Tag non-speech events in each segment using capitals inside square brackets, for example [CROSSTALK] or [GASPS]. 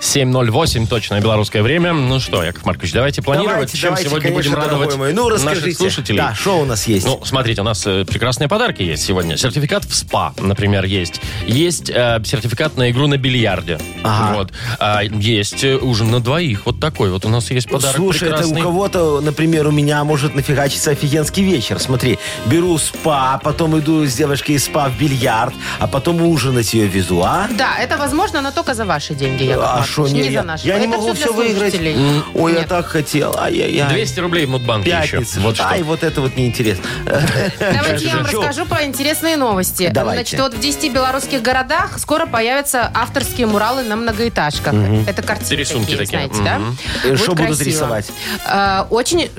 7.08, точное белорусское время. Ну что, Яков Маркович, давайте планировать, Давайте, чем давайте, сегодня будем конечно, дорогой радовать мой. Ну, наших расскажите. слушателей. Да, что у нас есть? Ну, смотрите, у нас э, прекрасные подарки есть сегодня. Сертификат в СПА, например, есть. Есть э, сертификат на игру на бильярде. Ага. Вот. А, есть э, ужин на двоих. Вот такой вот у нас есть подарок Ну, Слушай, это прекрасный. у кого-то, например, у меня может нафигачиться офигенский вечер. Смотри, беру спа, потом иду с девушкой из спа в бильярд, а потом ужинать ее везу, а? Да, это возможно, но только за ваши деньги, Яков А Маркович, что, не не, за я, наши. я не Это могу всё все для выиграть. слушателей. Ой, я Нет. так хотел. а Ай-яй-яй. 200 рублей в Мудбанке еще. Пятница. Вот что. Ай, вот это вот неинтересно. Давайте я вам Чё? расскажу про интересные новости. Давайте. Значит, вот в 10 белорусских городах скоро появятся авторские муралы на многоэтажках. Это картины Рисунки такие, такие. знаете, да? Мгм. Э, Будет шо будут красиво. рисовать? Э, Очень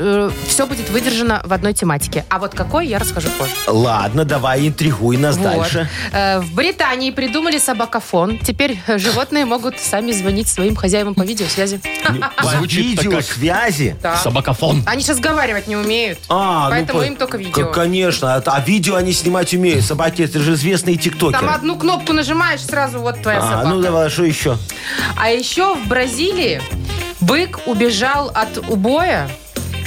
все будет выдержано в одной тематике. А вот какой, я расскажу позже. [LAUGHS] Ладно, давай, интригуй нас Вот. дальше. Э, В Британии придумали собакофон. Теперь э, животные могут сами звонить своим хозяевам по видеосвязи. Э, А Звучит По так, как видеосвязи? Да. собакофон. Они же разговаривать не умеют. А, ну, Поэтому по- им только видео. к- Конечно, а, а видео они снимать умеют. Собаки, это же известные тиктокеры. Там одну кнопку нажимаешь, сразу вот твоя А, собака. ну давай, что еще? А еще в Бразилии бык убежал от убоя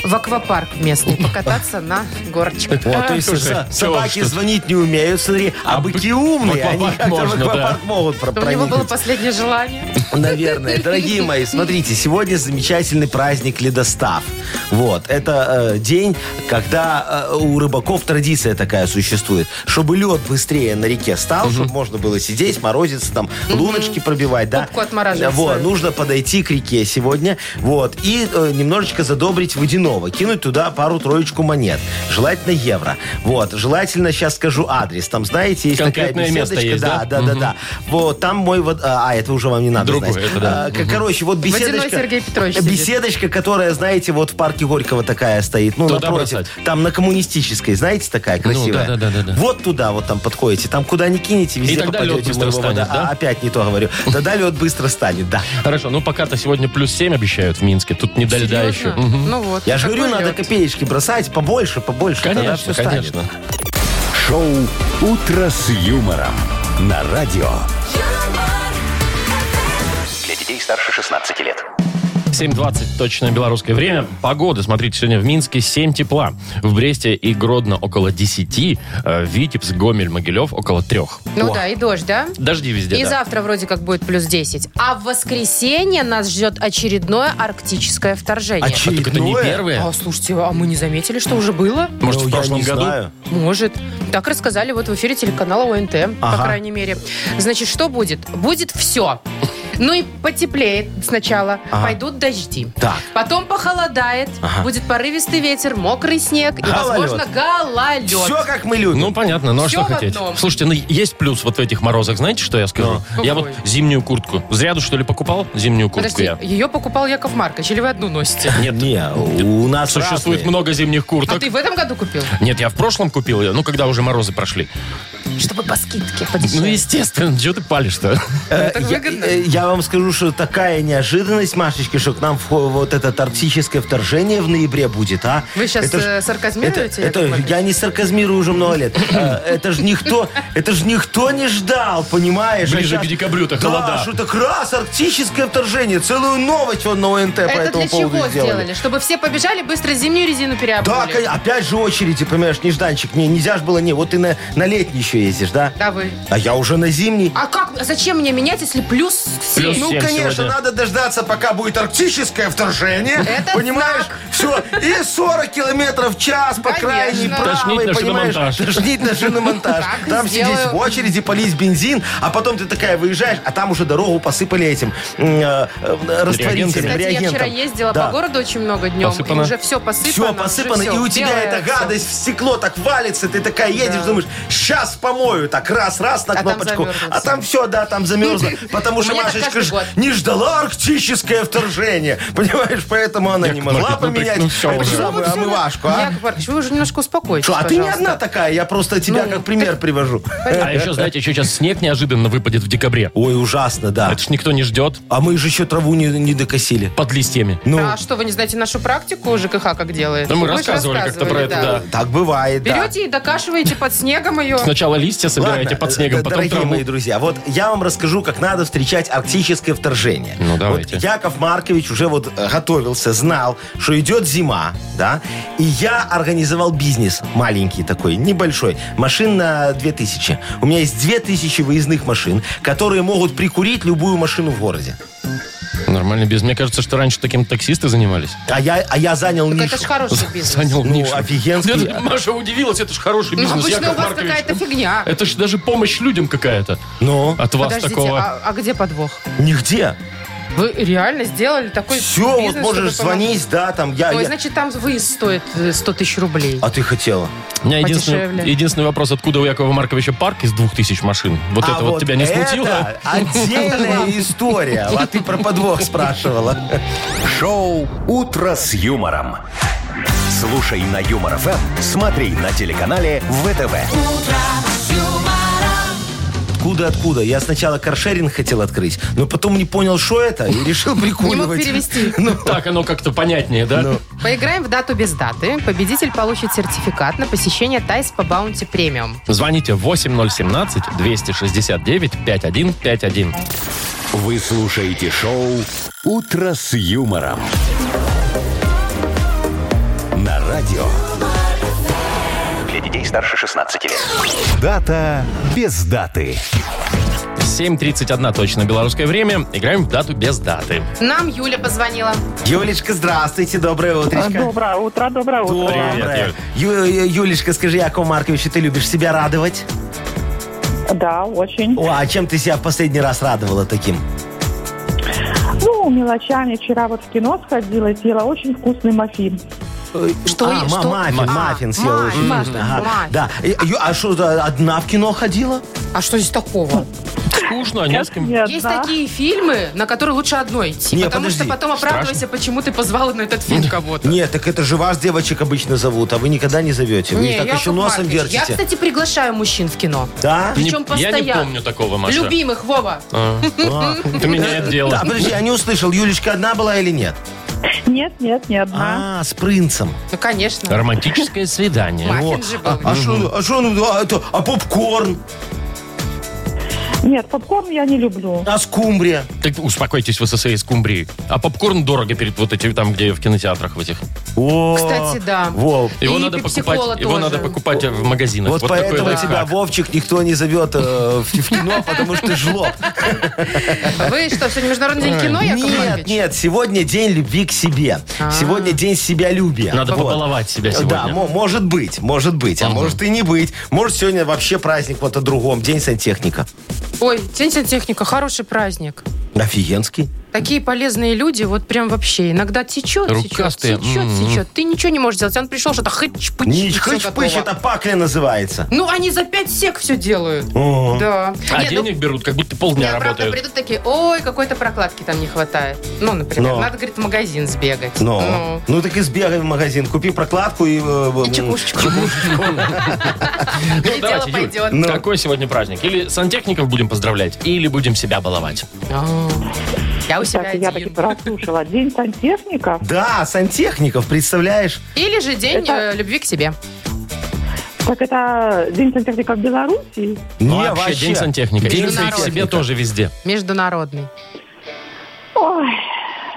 в аквапарк местный покататься на горочках. Вот, то есть Слушай, со- чего уж собаки тут. звонить не умеют, смотри, а, А быки быки умные, в они аквапарк как-то в можно, да. аквапарк могут про- У него было проникнуть. последнее желание. Наверное. Дорогие мои, смотрите, сегодня замечательный праздник ледостав. Вот, это э, день, когда э, у рыбаков традиция такая существует. Чтобы лед быстрее на реке стал, чтобы можно было сидеть, морозиться, там, луночки пробивать, да? Попку отмораживать Вот, свою. нужно подойти к реке сегодня, вот, и э, немножечко задобрить водяного, кинуть туда пару-троечку монет, желательно евро. Вот, желательно, сейчас скажу адрес, там, знаете, есть Конкретное такая место беседочка, есть, да? да, да, да, да. Вот, там мой вот, а, это уже вам не надо Другое, знать. это да. А, к- Короче, вот Водяной беседочка. Сергей Петрович сидит. Беседочка, которая, знаете, вот в парке Горького такая стоит. Ну, Туда напротив. бросать? Ну Там на коммунистической, знаете, такая красивая. да-да-да-да. Вот туда вот там подходите. Там куда ни кинете, везде И тогда лед попадете в быстро моего станет, вода. А, да? опять не то говорю. Тогда лед быстро станет, да. Хорошо, ну пока-то сегодня плюс 7 обещают в Минске. Тут не до льда еще. Серьезно? Мгм. Ну вот. Я же говорю, Какой надо лед? копеечки бросать побольше, побольше. тогда Конечно, все станет. конечно. Шоу «Утро с юмором» на радио. Для детей старше 16 лет. 7.20 точное белорусское время. Погода, смотрите, сегодня в Минске 7 тепла. В Бресте и Гродно около 10. э, Витебск, Гомель, Могилев около 3. Ну да, и дождь, да? Дожди везде, И да. А завтра вроде как будет плюс 10. А в воскресенье нас ждет очередное арктическое вторжение. А Очи- так это не Очередное? первое. А, слушайте, а мы не заметили, что уже было? Может, э, Ну, в я прошлом не году? знаю. Может. Так рассказали вот в эфире телеканала ОНТ, по Ага. крайней мере. Значит, что будет? Будет все. Ну и потеплеет сначала. Пойдут дожди. Так. Потом похолодает. Будет порывистый ветер, мокрый снег и, Гололед. возможно, гололед. Все, как мы любим. Ну, понятно, ну а Всё что в хотеть? одном. Слушайте, ну есть плюс вот в этих морозах, знаете, что я скажу? Ну. Я вот Какой? зимнюю куртку. Зряду, что ли, покупал зимнюю куртку Подожди, я? ее покупал Яков Маркович, или вы одну носите? нет, не, у нас Существует разные. много зимних А курток. ты в этом году купил? Нет, я в прошлом купил ее, ну, когда уже морозы прошли. Чтобы по скидке Ну, подешевле. естественно, чего ты палишь-то? Э, так я, выгодно. э, я вам скажу, что такая неожиданность, Машечки, что к нам вхо- вот это арктическое вторжение в ноябре будет, а? Вы щас, Это ж- э, сарказмируете, это- Яков это- Маркович? я не сарказмирую уже много лет. Э, Это же никто, это ж никто не ждал, понимаешь? А Ближе щас- к декабрю-то Да, холода. что так раз, арктическое вторжение, целую новость вон на ОНТ по Это этому для поводу чего сделали. сделали? Чтобы все побежали, быстро зимнюю резину Да, переобули. конечно, опять же очереди, понимаешь, нежданчик. Не, нельзя же было, не, вот ты на, на летний еще ездишь, да? Да вы. А я уже на зимний. А как? а Зачем мне менять, если плюс Плюс 7? Ну, всем конечно, сегодня. надо дождаться, пока будет арктическое вторжение. Это понимаешь? Все. И 40 километров в час по Конечно. крайней Тошнит правой, на понимаешь? шиномонтаж. Тошнить на шиномонтаж. Так и Там сделаю. сидеть в очереди, полить бензин, а потом ты такая выезжаешь, а там уже дорогу посыпали этим м, э, э, растворителем, Кстати, я вчера реагентом. ездила Да. по городу очень много днем. Посыпано? И уже все посыпано. Все уже посыпано, Типа, всё и у тебя белое эта всё. гадость в стекло так валится, ты такая едешь, думаешь, сейчас помою, так раз-раз на А там кнопочку. замёрзло а всё. там все, да, там [LAUGHS] замерзло. Потому что У меня так Машечка каждый ж год. не ждала арктическое вторжение. [LAUGHS] Понимаешь, поэтому она не могла Маркович, ну так, поменять ну всё эту уже. Почему вы самую всё на- омывашку, а? Яков Маркович, вы уже немножко успокойтесь, Что, а ты не пожалуйста. одна такая, я просто тебя Ну, как пример привожу. А еще, знаете, еще сейчас снег неожиданно выпадет в декабре. Ой, ужасно, да. Это ж никто не ждет А мы же еще траву не, не докосили. под листьями. Ну, А что, вы не знаете нашу практику ЖКХ, как делает? Да Ну, мы же рассказывали как-то про рассказывали, это, да. так бывает, да. Берете и докашиваете под снегом ее. Сначала листья собираете Ладно, под снегом, д- потом дорогие траву. мои друзья, вот я вам расскажу, как надо встречать арктическое вторжение. Ну, давайте. Вот Яков Маркович уже вот э, готовился, знал, что идет зима, да, и я организовал бизнес маленький такой, небольшой, машин на 2000. У меня есть 2000 выездных машин, которые могут прикурить любую машину в городе. Нормальный бизнес. Мне кажется, что раньше таким таксисты занимались. А я, а я занял Так нишу. это ж хороший бизнес. Занял Ну, нишу. офигенский. Да, Маша удивилась, это же хороший Ну, бизнес, обычно у Яков вас Маркович. какая-то фигня. Это же даже помощь людям какая-то. Ну, От вас Подождите, такого. а, а где подвох? нигде. Вы реально сделали такой Все, вот бизнес, можешь чтобы помог- звонить, да, там я... Ой, я- значит, там выезд стоит э, 100 тысяч рублей. А ты хотела? У меня единственный, Подешевле. единственный вопрос, откуда у Якова Марковича парк из двух тысяч машин? Вот А это вот тебя не смутило? это Отдельная история. А ты про подвох спрашивала. Шоу «Утро с юмором». Слушай на Юмор ФМ, смотри на телеканале ВТВ. Откуда, откуда? Я сначала каршеринг хотел открыть, но потом не понял, что это, и решил Не мог прикуривать. Ну, перевести. Так оно как-то понятнее, да? Поиграем в дату без даты. Победитель получит сертификат на посещение Тайс по Баунти Премиум. Звоните 8017-269-5151. Вы слушаете шоу «Утро с юмором». На радио. Для детей старше 16 лет. Дата без даты. 7.31 точно белорусское время. Играем в дату без даты. Нам Юля позвонила. Юлечка, здравствуйте, доброе утречко. Доброе утро, доброе утро. Привет, Ю- Ю- э, Юлечка, скажи, Яков Маркович, а ты любишь себя радовать? Да, очень. О, а чем ты себя в последний раз радовала таким? Ну, мелочами. Вчера вот в кино сходила, съела очень вкусный маффин. Что- А, ма- что- маффин, А, маффин съела. маффин, очень маффин, вкусно. Ага, маффин. Да. И- Ю- А что, за- одна в кино ходила? А что здесь такого? Скучно, а не с кем? Нет, Есть да. такие фильмы, на которые лучше одной идти. Не, потому что подожди. потом оправдывайся, почему ты позвала на этот фильм кого-то. Нет, так это же вас девочек обычно зовут, а вы никогда не зовете. Вы Не, их так Яков еще носом Маркович, Я, вертите. кстати, приглашаю мужчин в кино. [LAUGHS] Да? Не- Причем Я постоянно. не помню такого, Маша. Любимых, Вова. А, А. [LAUGHS] Это меняет [LAUGHS] дело. Да, подожди, я не услышал, Юлечка одна была или нет? Нет, нет, не одна. А, с принцем. Ну, конечно. Романтическое свидание. Маффин же был. А что, а, шо, ну, а, это- а попкорн? Нет, попкорн я не люблю. А скумбрия? Так успокойтесь вы со своей скумбрией. А попкорн дорого перед вот этим, там, где в кинотеатрах в этих. О, Кстати, да. Вов, Его И надо пепсикола покупать. Его тоже. надо покупать в магазинах. Вот, Вот, такой поэтому лайфхак. тебя, Вовчик, никто не зовет э, в, в кино, потому что ты жлоб. Вы что, сегодня Международный день кино, Ну, Яков Нет, Маркович? нет, сегодня день любви к себе. А. Сегодня день себялюбия. Надо Вот. побаловать себя Да, сегодня. мо- может быть, может быть, а Мгм. может и не быть. Может сегодня вообще праздник вот о другом, день сантехника. Ой, день сантехника, хороший праздник. Офигенский. Такие полезные люди, вот прям вообще. Иногда течет, Рукастые, течет, течет, м-м. течет. Ты ничего не можешь сделать. Он пришел, что-то хыч-пыч. и Не всё хыч-пыч, готово. это пакля называется. Ну, они за пять сек все делают. Да. А Не, ну, денег берут, как будто не, полдня правда, работают. придут такие, ой, какой-то прокладки там не хватает. Ну, например, Но. надо, говорит, в магазин сбегать. Ну, ну так и сбегай в магазин, купи прокладку и... э, Ну, И чекушечку. И дело Ну, Давайте, Юль, пойдет. Ну. какой сегодня праздник? Или сантехников будем поздравлять, или будем себя баловать. А, Я у себя Так, я один. таки прослушала. День сантехника. Да, сантехников, представляешь? Или же день Это- э, любви к себе. Так это День сантехника в Беларуси? Не, Ну, День сантехника. День И к сантехника. себе тоже везде. Международный. Ой,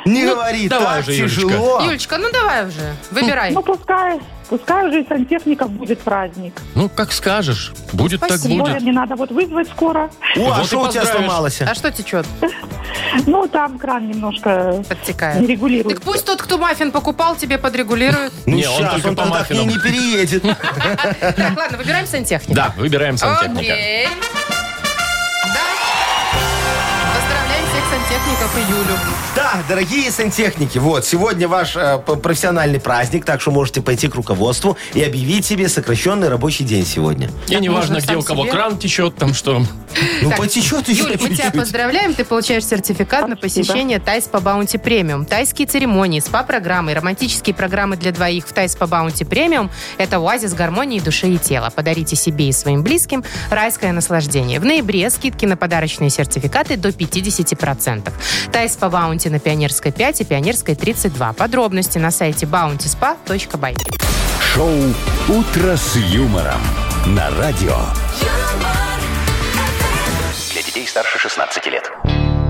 Не говори, Ну, давай так уже, Юлечка. тяжело. Юлечка, ну давай уже, выбирай. ну пускай, пускай уже и сантехника будет праздник. Ну, как скажешь. Будет так Спасибо. Более будет. мне надо вот вызвать скоро. О, а Вот и что у тебя поздравишь. сломалось? А что течет? Ну, там кран немножко не Подтекает. регулируется. Так пусть тот, кто маффин покупал, тебе подрегулирует. Ну, Не, он щас, только он по тогда к ней маффинам. не переедет. Так, ладно, выбираем сантехника. Да, выбираем сантехника. Окей. Да. Поздравляем всех сантехников и Юлю. Да, дорогие сантехники, вот, сегодня ваш э, п- профессиональный праздник, так что можете пойти к руководству и объявить себе сокращенный рабочий день сегодня. И неважно, можно где сам у кого себе. кран течет, там что. Ну, Так, потечет еще Юль, мы тебя чуть-чуть. поздравляем. Ты получаешь сертификат на Спасибо. посещение Тайс по Баунти Премиум. Тайские церемонии, спа-программы, романтические программы для двоих в Тайс по Баунти Премиум – это оазис гармонии души и тела. Подарите себе и своим близким райское наслаждение. В ноябре скидки на подарочные сертификаты до 50%. Тайс по Баунти на Пионерской 5 и Пионерской 32. Подробности на сайте bountyspa.by. Шоу «Утро с юмором» на радио. Для детей старше 16 лет.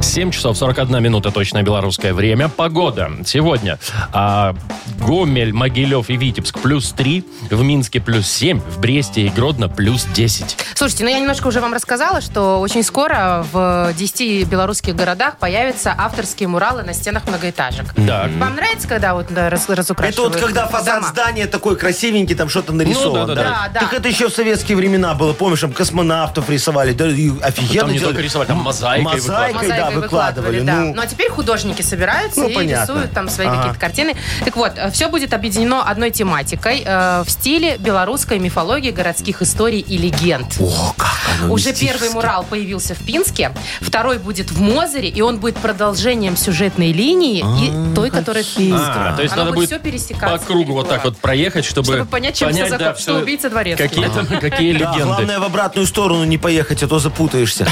7 часов 41 минута точное белорусское время. Погода. Сегодня а, Гомель, Могилев и Витебск плюс 3, в Минске плюс 7, в Бресте и Гродно плюс 10. Слушайте, ну я немножко уже вам рассказала, что очень скоро в 10 белорусских городах появятся авторские муралы на стенах многоэтажек. Так. Вам нравится, когда вот да, раз, разукрашивают Это вот когда фасад дома? здания такой красивенький, там что-то нарисовано. Ну, да, да, да. Да, Так да. это еще в советские времена было. Помнишь, там космонавтов рисовали. Да, и офигенно Там не делали. только рисовать, там мозаикой Мозаикой, выкладывали. Мозаикой да, выкладывали. да. Ну, Ну, а теперь художники собираются Ну, и понятно. рисуют там свои Ага. какие-то картины. Так вот, все будет объединено одной тематикой э, в стиле белорусской мифологии, городских историй и легенд. О, как оно Уже мистически. первый мурал появился в Пинске, второй будет в Мозере, и он будет продолжением сюжетной линии и той, которая в Пинске. А, то есть Оно надо будет будет все пересекаться. по кругу вот так вот проехать, чтобы, Чтобы понять, чем всё да, закон- всё, что убийца дворецкий. Какие, там- какие Да, легенды. главное в обратную сторону не поехать, а то запутаешься.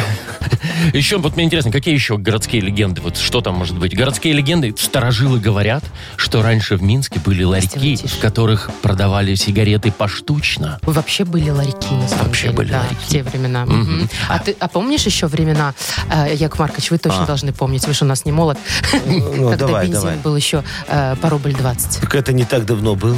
Еще вот мне интересно, какие еще городские легенды? Вот что там может быть? Городские легенды. Старожилы говорят, что раньше в Минске были ларьки, тише. в которых продавали сигареты поштучно. [LAUGHS] Вообще были ларьки, на самом Вообще деле, были да, ларьки. в те времена. Мгм. А, ты, а помнишь еще времена, э, Яков Маркович, вы А. точно должны помнить, вы же у нас не молод, Ну, [LAUGHS] когда давай, бензин давай. был еще э, по рубль 20. Так это не так давно было.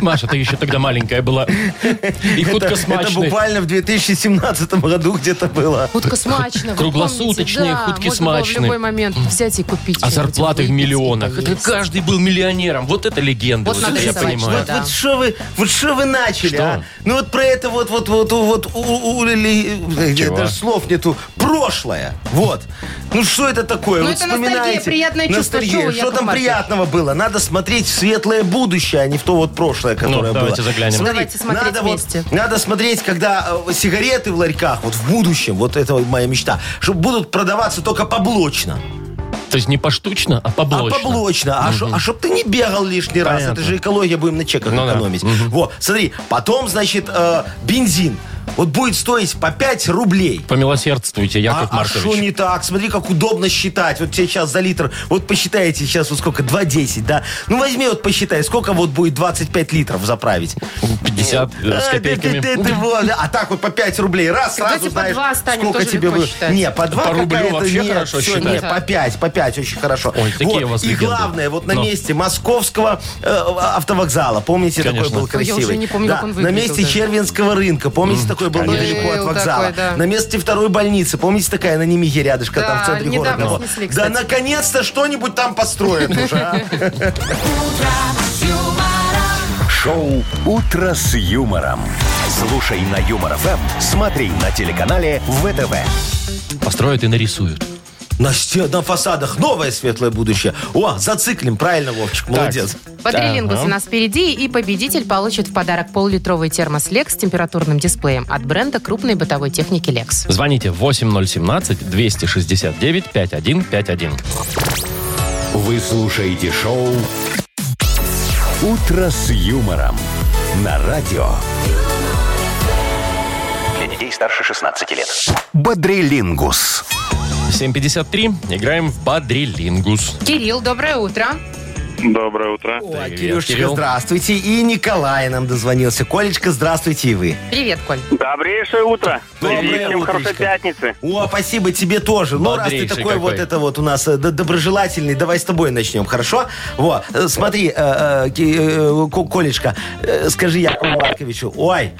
Маша, ты еще тогда маленькая была. И худко Это, это смачный. буквально в 2017 году где-то было. Худко смачно. вы Круглосуточные, помните, да, худки можно было смачные. в любой момент взять и купить. А что-нибудь, зарплаты в выпить и миллионах. Это поесть. каждый был миллионером. Вот это легенда. Вот Вот это надо я рисовать, понимаю. что да. Вот что вы, вот что вы начали, Что? а? Ну вот про это вот, вот, вот, вот, у- у- у- ли- Чего? даже слов нету. Прошлое, вот. Ну что это такое? Ну, вот это ностальгия, вспоминаете. приятное чувство. Ностальгия. Что вы, Что Яков там Маркович? приятного было? Надо смотреть в светлое будущее, а не в то вот прошлое, которое было. Ну, давайте заглянем. Давайте смотреть надо вот- вместе. надо смотреть, когда э, сигареты в ларьках, вот в будущем, вот это вот моя мечта, что будут продаваться только поблочно. То есть не поштучно, а поблочно. А поблочно. А, шо- а чтоб ты не бегал лишний раз. Понятно. Это же экология, будем на чеках Ну да. экономить. Вот, смотри, потом, значит, э, бензин. Вот будет стоить по 5 рублей. Помилосердствуйте, А- Яков а что Маркович. не так? Смотри, как удобно считать. Вот тебе сейчас за литр, вот посчитаете сейчас вот сколько, 2,10, да? Ну возьми вот посчитай, сколько вот будет 25 литров заправить. 50 э, с А, ты- ты- ты- копейками. вот, А так вот по 5 рублей. Раз, Давайте сразу по знаешь, два станем, сколько тоже тебе легко будет. считать. Не, по 2 По рублю вообще хорошо считать. по 5, по 5 очень хорошо. Ой, такие Вот, у вас И легенды. главное, вот на Но. месте московского э, автовокзала, помните, такой Конечно. был Ой, я уже красивый? не помню, Да, как он На выглядел месте даже. Червинского рынка, помните, такой был конечно. недалеко от Был вокзала? такой, да. На месте второй больницы, помните, такая на Немиге рядышком, там Да, в центре недавно города. была? снесли, Да, кстати. наконец-то что-нибудь там построят уже, а. [LAUGHS] Шоу «Утро с юмором». Слушай на Юмор ФМ, смотри на телеканале ВТВ. построят и нарисуют. На, сте- на фасадах новое светлое будущее. О, зациклим, правильно, Вовчик, молодец. Квадрилингус у нас впереди, и победитель получит в подарок пол-литровый термос Lex с температурным дисплеем от бренда крупной бытовой техники Lex. Звоните 8017-269-5151. Вы слушаете шоу «Утро с юмором» на радио Для детей старше 16 лет. «Бодрилингус». 7.53. Играем в Бадрилингус. Кирилл, доброе утро. Доброе утро. О, Привет, Кирюшечка, Кирилл. здравствуйте. И Николай нам дозвонился. Колечка, здравствуйте и вы. Привет, Коль. Добрейшее утро. Доброе Всем утречко. хорошей пятницы. О, спасибо тебе тоже. Ну, раз ты Бодрейший такой вот какой. это вот у нас э, д- доброжелательный, давай с тобой начнем, хорошо? Во, э, смотри, э, э, Ки- э, Ко- Колечка, э, скажи Якову Марковичу, ой,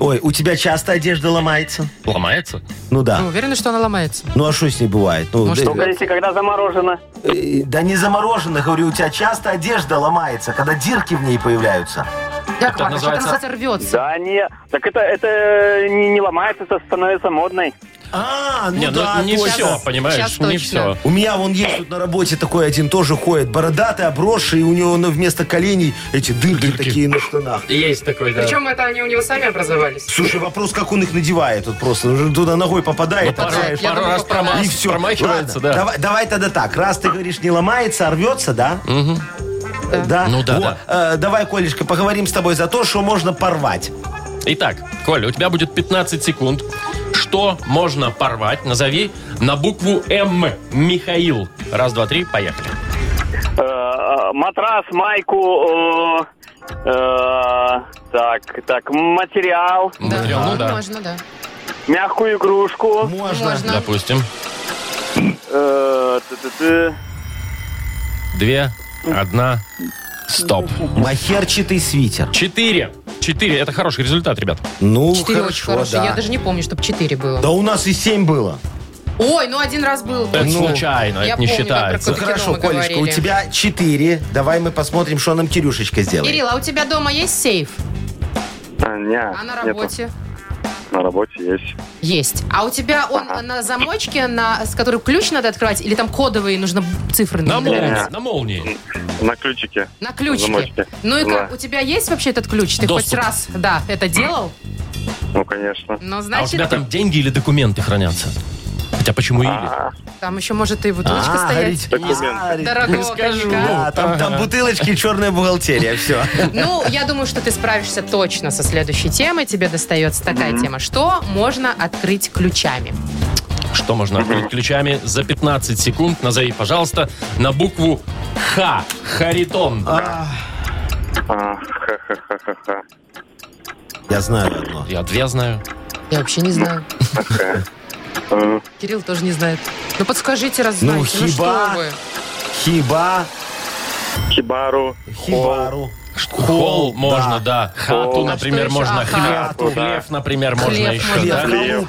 ой, у тебя часто одежда ломается? Ломается? Ну да. Ну, уверена, что она ломается. Ну а что с ней бывает? Ну, Ну, да, что, Только если когда заморожено. э, да не заморожено, говорю, у тебя часто одежда ломается, когда дырки в ней появляются. Яков Маркович, это называется- называется рвется. Да, не. Так это, это не, не ломается, это становится модной. А, ну не, ну, да, не точно. все, понимаешь? Сейчас Не точно. все. У меня вон есть тут на работе такой один тоже ходит, бородатый, обросший, и у него ну, вместо коленей эти дырки, такие на штанах. Есть такой, да. Причем это они у него сами образовались. Слушай, вопрос, как он их надевает вот просто. Он же Туда ногой попадает, Ну, пару, знаешь, я пару думаю, раз как она. промах- и все. промахивается, да. Давай, давай тогда так. Раз ты говоришь, не ломается, а рвется, да? Э, Да. Ну да, Во, э, давай, Колечка, поговорим с тобой за то, что можно порвать. Итак, Коля, у тебя будет 15 секунд. Что можно порвать? Назови на букву М. Михаил. Раз, два, три, поехали. Э, э, матрас, майку, э, э, так, так, материал, Материал, ну да, Можно, да. мягкую игрушку. Можно. Можно. допустим. Э, т-т-т. Две, одна, стоп. Махерчатый свитер. Четыре. Четыре. Это хороший результат, ребят. Ну, Четыре очень хорошо, хорошие. Я да. даже не помню, чтобы четыре было. Да у нас и семь было. Ой, ну один раз был. Это случайно, Я это не помню, как считается. Ну про кино хорошо, мы Колечка, у говорили. тебя четыре. Давай мы посмотрим, что нам Кирюшечка сделает. Кирилл, а у тебя дома есть сейф? Э, Не, А на нету. работе? На работе есть. Есть. А у тебя он на замочке, на, с которым ключ надо открывать, или там кодовые нужно цифры На молнии. набирать? На молнии. А На ключике. На ключке. Замочке. Ну и Да. как, у тебя есть вообще этот ключ? Ты Доступ. хоть раз, да, это делал? Ну, конечно. Но А у значит, тебя там деньги или документы хранятся? Хотя почему или? А. там еще может и бутылочка А, говорите, стоять. Документ. а, говорите. Дорогого скажу. коньяка. Да, Ну, там, там бутылочки и черная бухгалтерия, все. Ну, я думаю, что ты справишься точно со следующей темой. Тебе достается такая тема. Что можно открыть ключами? Что можно открыть ключами за 15 секунд? Назови, пожалуйста, на букву Х. Харитон. А, ха-ха-ха-ха-ха. Я знаю одно. Я две знаю. Я вообще не знаю. Э, Кирилл тоже не знает. Ну подскажите, раз Ну, знаете. Ну, хиба. что вы. Хиба, Хибару. хибару. Холл можно, да. Хату, Холл. например, А что можно. еще? А, Хлеб, хату, да. хлев, например, можно Хлеб еще, можно. Хлеб,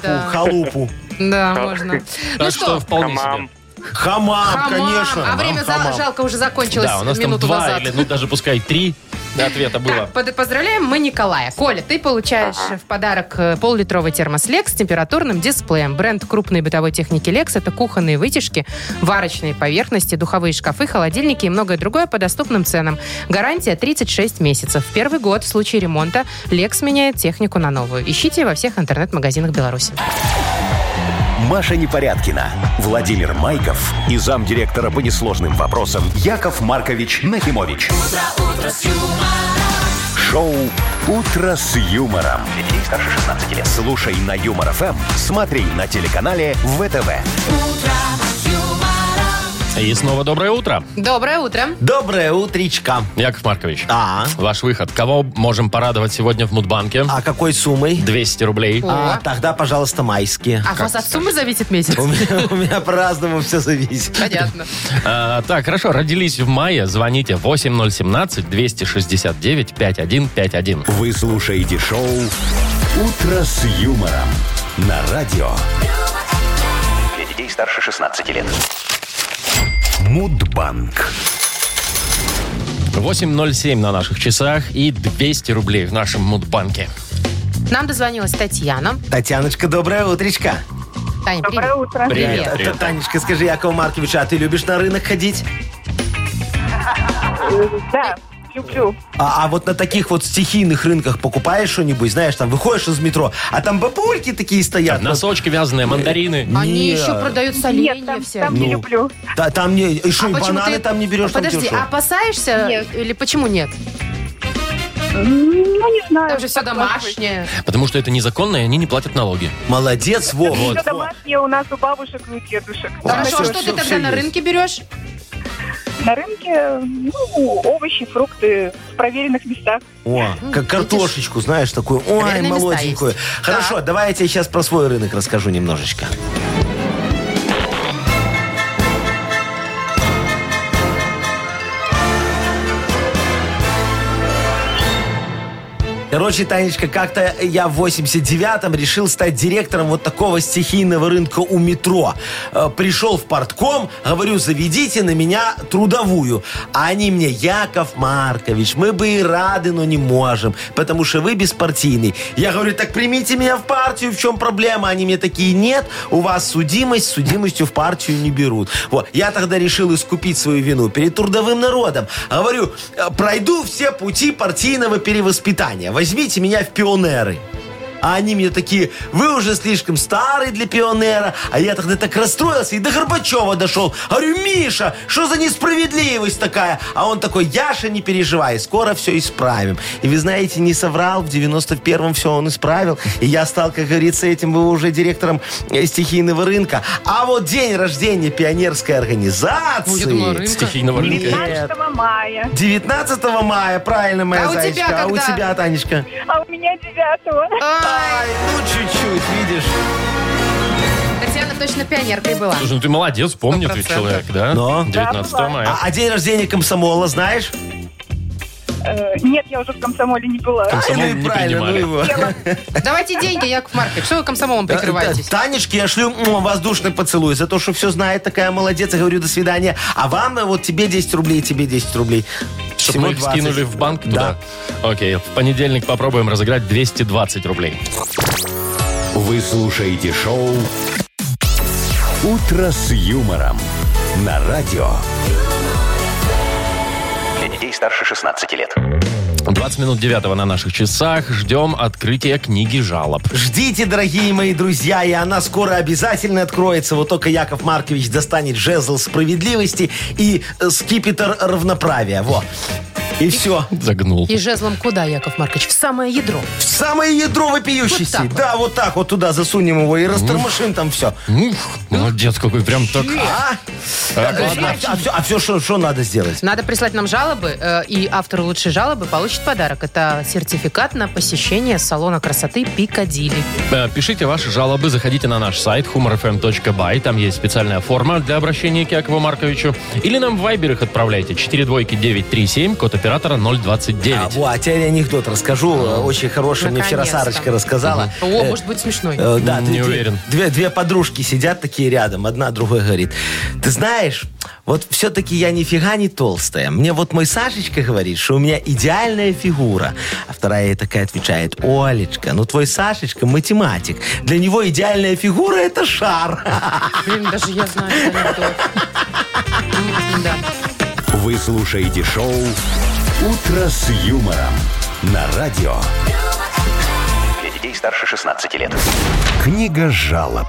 да? Халупу, Да. халупу. Да, можно. Ну Так что что, вполне Хамам. себе. Хамам, хамам. конечно. А время нам за- хамам. жалко уже закончилось Да, у нас там минуту два назад. или, ну, даже пускай три ответа было. Так, под- поздравляем мы Николая. Коля, ты получаешь в подарок э, пол-литровый термос Lex с температурным дисплеем. Бренд крупной бытовой техники Lex – это кухонные вытяжки, варочные поверхности, духовые шкафы, холодильники и многое другое по доступным ценам. Гарантия 36 месяцев. В первый год в случае ремонта Lex меняет технику на новую. Ищите во всех интернет-магазинах Беларуси. Маша Непорядкина, Владимир Майков и замдиректора по несложным вопросам Яков Маркович Нахимович. Шоу Утро с юмором. Детей старше 16 лет. Слушай на юмор ФМ, смотри на телеканале ВТВ. И снова доброе утро, Доброе утро. Доброе утречко. Яков Маркович. А, Ваш выход. Кого можем порадовать сегодня в Мудбанке? а какой суммой? 200 рублей. О. А, тогда, пожалуйста, майские. А вас от суммы зависит месяц? У меня, [LAUGHS] у меня по-разному все зависит. Понятно. А, так, хорошо, родились в мае, звоните 8017-269-5151. Вы слушаете шоу Утро с юмором на радио Для детей старше 16 лет. Мудбанк. 8.07 на наших часах и 200 рублей в нашем Мудбанке. Нам дозвонилась Татьяна. Татьяночка, доброе утречко. Таня, привет. Доброе утро. Привет. Та- Танечка, скажи, Якова Марковича, а ты любишь на рынок ходить? Да, люблю. А, а вот на таких вот стихийных рынках покупаешь что-нибудь, знаешь, там выходишь из метро, а там бабульки такие стоят. Носочки вязаные, мандарины. Они Нет. еще продают Нет, соленья там, все. там не Ну, люблю. Та- там не, и шо, и А почему бананы ты- там не берешь, там Подожди, а тебе шо? опасаешься Нет. или почему нет? Ну, не знаю. Там же все так сложилось. домашнее. Потому что это незаконно, и они не платят налоги. Молодец, Вов. Всё Вот, Вов. домашнее у нас у бабушек и у дедушек. Хорошо, а всё, что всё, ты тогда всё на есть. рынке берешь? На рынке ну, овощи, фрукты в проверенных местах. О, как видишь? картошечку, знаешь, такую, ой, Наверное, места молоденькую. есть. Хорошо, давай я тебе сейчас про свой рынок расскажу немножечко. Короче, Танечка, как-то я в 89-м решил стать директором вот такого стихийного рынка у метро. Э, Пришел в портком, говорю, заведите на меня трудовую. А они мне, Яков Маркович, мы бы и рады, но не можем, потому что вы беспартийный. Я говорю, так примите меня в партию, в чем проблема? Они мне такие, нет, у вас судимость, с судимостью в партию не берут. Вот, я тогда решил искупить свою вину перед трудовым народом. Говорю, «Э, пройду все пути партийного перевоспитания. Возьмите меня в пионеры. А они мне такие, вы уже слишком старый для пионера. А я тогда так расстроился и до Горбачева дошел. Говорю, Миша, что за несправедливость такая? А он такой, Яша, не переживай, скоро все исправим. И вы знаете, не соврал, в 91-м все он исправил. И я стал, как говорится, этим был уже директором э, стихийного рынка. А вот день рождения пионерской организации... Ну, я думала, рынка. Стихийного Э. рынка. 15 мая. 19 мая, правильно, моя А у тебя зайчка. а у когда? тебя, Танечка? А у меня 9 Ай, Ай, ну чуть-чуть, видишь. Татьяна точно пионеркой была. Слушай, ну ты молодец, помнит ведь 100%. человек, да? Но. 19 Да, бывает. мая. А, а день рождения комсомола знаешь? Э, Нет, я уже в комсомоле не была. Комсомол Ну и не правильно, ну принимали. его. Давайте деньги, Яков Маркович. Что вы комсомолом прикрываетесь? Та- Танечке я шлю м, воздушный поцелуй за то, что все знает, такая молодец. Я говорю, до свидания. А вам, э, вот тебе 10 рублей, тебе 10 рублей. Чтобы мы их скинули в банк туда. Да. Окей, в понедельник попробуем разыграть 220 рублей. Вы слушаете шоу «Утро с юмором» на радио. Для детей старше 16 лет. 20 минут 9 на наших часах. Ждем открытия книги жалоб. Ждите, дорогие мои друзья, и она скоро обязательно откроется. Вот только Яков Маркович достанет жезл справедливости и э, скипетр равноправия. Во. И все. Загнул. И жезлом куда, Яков Маркович? В самое ядро. В самое ядро вопиющейся. Вот так вот. да, вот так вот туда засунем его и растормошим там все. Ух, молодец какой, прям так. А? Так, ладно. А, все, а все, что, что надо сделать? Надо прислать нам жалобы, э, и автор лучшей жалобы получит подарок. Это сертификат на посещение салона красоты Пикадилли. Э, Пишите ваши жалобы, заходите на наш сайт humorfm.by. Там есть специальная форма для обращения к Якову Марковичу. Или нам в Вайбер их отправляйте. 4 двойки 937, код оператора 029. А, во, а теперь анекдот расскажу. Э, Очень хороший. Мне вчера Наконец-то. Сарочка рассказала. О, Э, может быть смешной. э, да, Не две- две- уверен. Две, две подружки сидят такие рядом. Одна другой говорит. Ты знаешь, вот все-таки я нифига не толстая. Мне вот мой Сашечка говорит, что у меня идеальная фигура. А вторая ей такая отвечает. Олечка, ну твой Сашечка математик. Для него идеальная фигура это шар. [LAUGHS] Блин, даже я знаю этот анекдот. М, да. Вы слушаете шоу «Утро с юмором» на радио. Для детей старше 16 лет. Книга жалоб.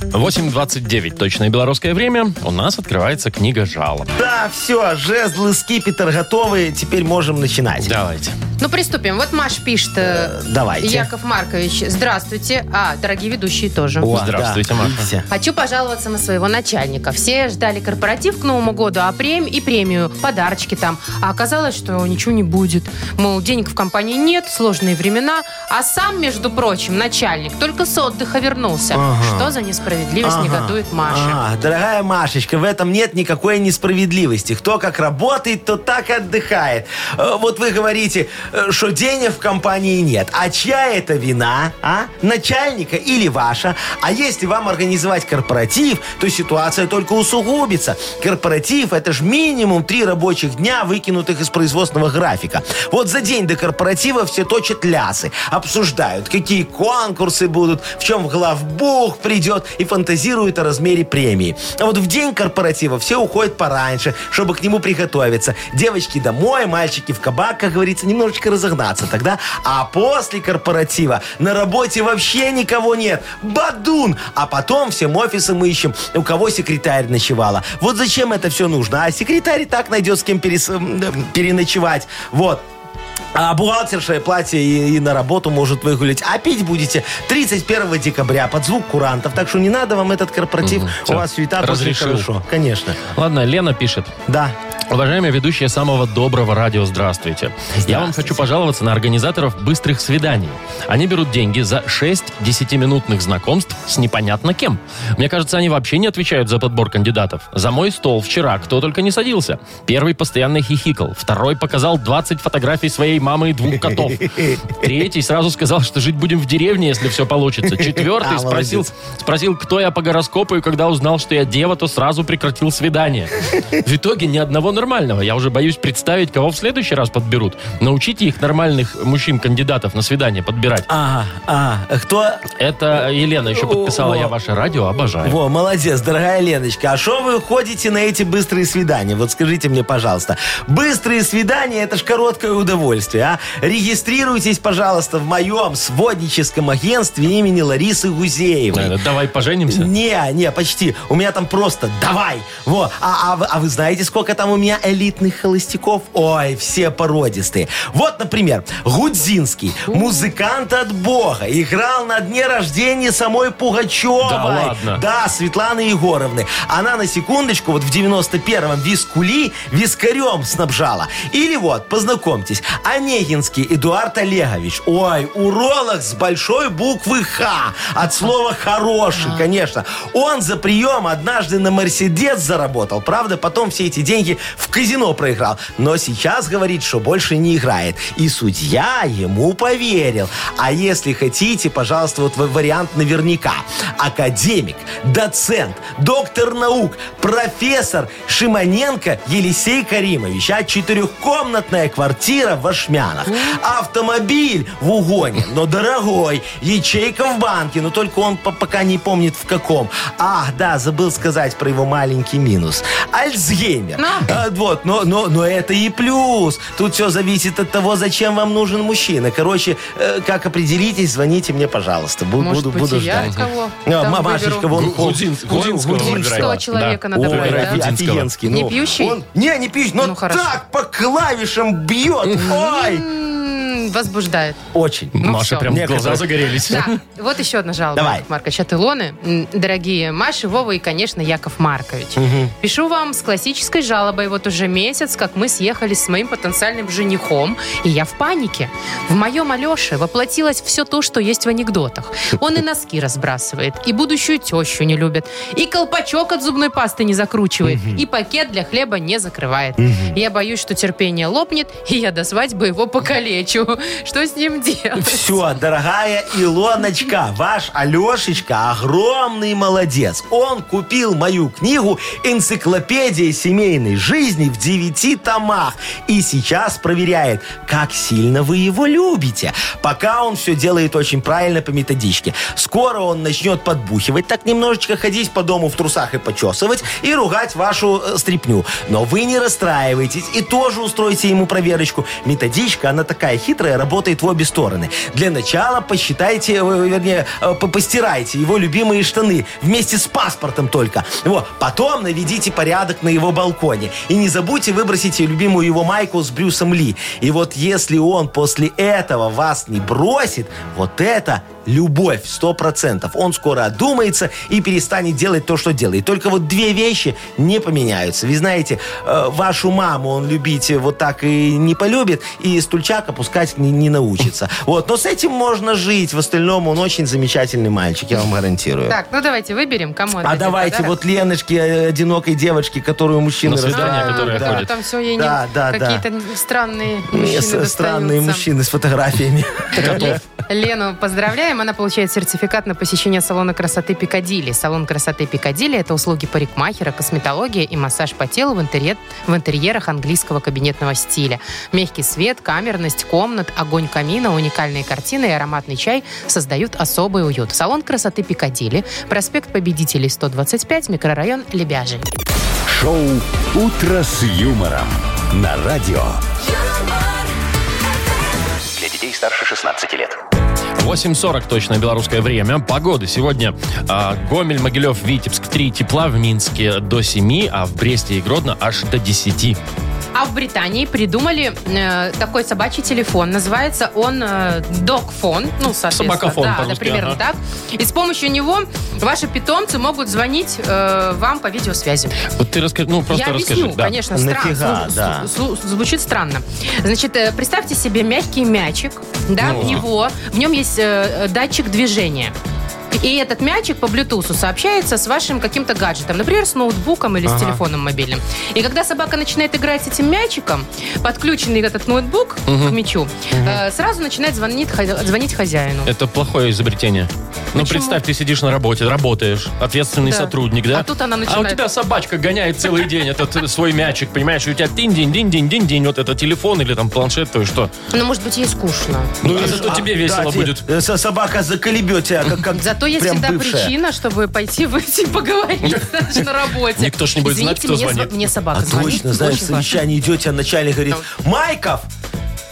8.29, точное белорусское время. У нас открывается книга жалоб. Да, все, жезлы, скипетр готовы. Теперь можем начинать. Давайте. Ну, приступим. Вот Маш пишет. э, давайте. Яков Маркович, здравствуйте. А, дорогие ведущие тоже. О, Здравствуйте, Маша. видите? Хочу пожаловаться на своего начальника. Все ждали корпоратив к Новому году, а премию и премию, подарочки там. А оказалось, что ничего не будет. Мол, денег в компании нет, сложные времена. А сам, между прочим, начальник только с отдыха вернулся. Ага. Что за несправедливость Ага. негодует Маша? А, дорогая Машечка, в этом нет никакой несправедливости. Кто как работает, тот так и отдыхает. Э, Вот вы говорите, э, что денег в компании нет. А чья это вина, а? Начальника или ваша? А если вам организовать корпоратив, то ситуация только усугубится. Корпоратив – это же минимум три рабочих дня, выкинутых из производственного графика. Вот за день до корпоратива все точат лясы, обсуждают, какие конкурсы будут, в чем главбух придет и фантазируют о размере премии. А вот в день корпоратива все уходят пораньше, чтобы к нему приготовиться. Девочки домой, мальчики в кабак, как говорится, немножечко разогнаться тогда. А после корпоратива на работе вообще никого нет. Бадун! А потом всем офисом ищем, у кого секретарь ночевала. Вот зачем это все нужно? А секретарь и так найдет с кем перес- м, м, переночевать. Вот. А бухгалтерша платье и, и на работу может выгулять. А пить будете 31 декабря под звук курантов. Так что не надо вам этот корпоратив. всё. У вас света после Разрешил. хорошо. Конечно. Ладно, Лена пишет. Да. Уважаемые ведущие самого доброго радио, здравствуйте. Я вам хочу пожаловаться на организаторов быстрых свиданий. Они берут деньги за 6 10-минутных знакомств с непонятно кем. Мне кажется, они вообще не отвечают за подбор кандидатов. За мой стол вчера кто только не садился. Первый постоянно хихикал, второй показал 20 фотографий своей мамы и двух [LAUGHS] котов. Третий сразу сказал, что жить будем в деревне, если все получится. Четвертый [LAUGHS] А, спросил, молодец. спросил, кто я по гороскопу, и когда узнал, что я дева, то сразу прекратил [LAUGHS] свидание. В итоге ни одного нормального. Я уже боюсь представить, кого в следующий раз подберут. Научите их нормальных мужчин-кандидатов на свидание подбирать. Ага, а, кто... Это Елена еще подписала, О, я ваше радио обожаю. Во, молодец, дорогая Леночка. А что вы ходите на эти быстрые свидания? Вот скажите мне, пожалуйста. Быстрые свидания – это ж короткое удовольствие, а? Регистрируйтесь, пожалуйста, в моем сводническом агентстве имени Ларисы Гузеевой. Э, Давай поженимся. Не, не, почти. У меня там просто давай. Во. А, а вы- а вы знаете, сколько там у меня элитных холостяков? Ой, все породистые. Вот, например, Гудзинский, музыкант от бога, играл на дне рождения самой Пугачевой. Да ладно? Да, Светланы Егоровны. Она на секундочку вот в 91-м вискули вискарем снабжала. Или вот, познакомьтесь, Онегинский Эдуард Олегович. Ой, уролог с большой буквы Х. От слова «хороший», конечно. Он за прием однажды на Мерседес заработал. Правда, потом все эти деньги в казино проиграл. Но сейчас говорит, что больше не играет. И судья ему поверил. А если хотите, пожалуйста, вот в- вариант наверняка. Академик, доцент, доктор наук, профессор Шимоненко Елисей Каримович. А четырехкомнатная квартира в Ашмянах. Автомобиль в угоне, но дорогой. Ячейка в банке, но только он по- пока не помнит в каком. Ах, да, забыл сказать про его маленький минус. Альцгеймер. А, Вот, но, но, но это и плюс. Тут все зависит от того, зачем вам нужен мужчина. Короче, э, как определитесь, звоните мне, пожалуйста. Бу- Может буду, быть, буду и я ждать. кого А, там Машечка, выберу. вон Гу- Гудзинс- Гудзинского выбирай. Гудзинского человека надо Да. брать, да? Выбирай Гудзинского. Офигенский, Не ну. пьющий? Он- не, не пьющий, но Ну, хорошо. так по клавишам бьет. Ой! М, Возбуждает. Очень. Маша всё. прям Некоторые- глаза загорелись. Да, вот еще одна жалоба, Давай. Яков Маркович, от Илоны. М, Дорогие Маша, Вова и, конечно, Яков Маркович. Пишу вам с классической жалобой. Вот уже месяц, как мы съехались с моим потенциальным женихом, и я в панике. В моем Алёше воплотилось все то, что есть в анекдотах. Он и носки разбрасывает, и будущую тещу не любит, и колпачок от зубной пасты не закручивает, и пакет для хлеба не закрывает. Я боюсь, что терпение лопнет, и я до свадьбы его покалечу. Что с ним делать? Все, дорогая Илоночка, ваш Алешечка огромный молодец. Он купил мою книгу «Энциклопедия семейной жизни» в девяти томах. И сейчас проверяет, как сильно вы его любите. Пока он все делает очень правильно по методичке. Скоро он начнет подбухивать, так немножечко ходить по дому в трусах и почесывать, и ругать вашу э, стряпню. Но вы не расстраивайтесь и тоже устройте ему проверочку. Методичка, она такая хитрая, работает в обе стороны. Для начала посчитайте, э, вернее, э, по- постирайте его любимые штаны вместе с паспортом только. Вот. Потом наведите порядок на его балконе. И не забудьте выбросить любимую его майку с Брюсом Ли. И вот если он после этого вас не бросит, вот это любовь, сто процентов. Он скоро одумается и перестанет делать то, что делает. Только вот две вещи не поменяются. Вы знаете, э, вашу маму он любить вот так и не полюбит, и стульчака пускать не, не научится. Вот, но с этим можно жить. В остальном он очень замечательный мальчик, я вам гарантирую. Так, ну давайте выберем, кому А отдадим давайте подарок. вот Леночке, э, одинокой девочке, которую мужчины На свидание, расстраивают, которое которая да, ходит. Там все ей не- Да, да, да. какие-то странные Мне мужчины с- Странные достаются. мужчины с фотографиями. Лену поздравляем. Она получает сертификат на посещение салона красоты Пикадилли. Салон красоты Пикадилли – это услуги парикмахера, косметология и массаж по телу в, интерьер- в интерьерах английского кабинетного стиля. Мягкий свет, камерность комнат, огонь камина, уникальные картины и ароматный чай создают особый уют. Салон красоты Пикадилли, проспект Победителей, 125, микрорайон Лебяжий. Шоу «Утро с юмором» на радио. Для детей старше 16 лет. 8.40 точно белорусское время. Погода сегодня. а, Гомель, Могилев, Витебск 3 тепла. В Минске до 7, а в Бресте и Гродно аж до 10. А в Британии придумали э, такой собачий телефон. Называется он э, догфон. Ну, соответственно. Собакофон Да, да, по-русски, примерно ага. так. И с помощью него ваши питомцы могут звонить э, вам по видеосвязи. Вот ты расскажи, ну просто Я расскажи. объясню, да. конечно, Нафига, странно. да. Звучит странно. Значит, э, представьте себе мягкий мячик, да, Ну. в него, в нем есть э, э, датчик движения. И этот мячик по Bluetooth сообщается с вашим каким-то гаджетом, например, с ноутбуком или с телефоном мобильным. И когда собака начинает играть с этим мячиком, подключенный этот ноутбук к мячу, э, сразу начинает звонить, хозя- звонить хозяину. Это плохое изобретение. Ну, Почему? представь, ты сидишь на работе, работаешь, ответственный Да. сотрудник, да? А тут она А у начинает. тебя собачка гоняет целый день этот э, свой мячик, понимаешь? И у тебя динь-динь-динь-динь-динь, вот это телефон или там планшет, то и что? Ну, может быть, ей скучно. Ну, а и зато ж- тебе а, весело да, те- будет. э, со- Собака заколебет тебя, как- как Зато есть прям всегда бывшая. причина, чтобы пойти выйти [LAUGHS] поговорить значит, на работе. Никто ж не будет знать, Извините, кто мне зв- звонит. Мне собака А звонит. точно, знаешь, очень важно. совещание идете, а начальник говорит, Майков,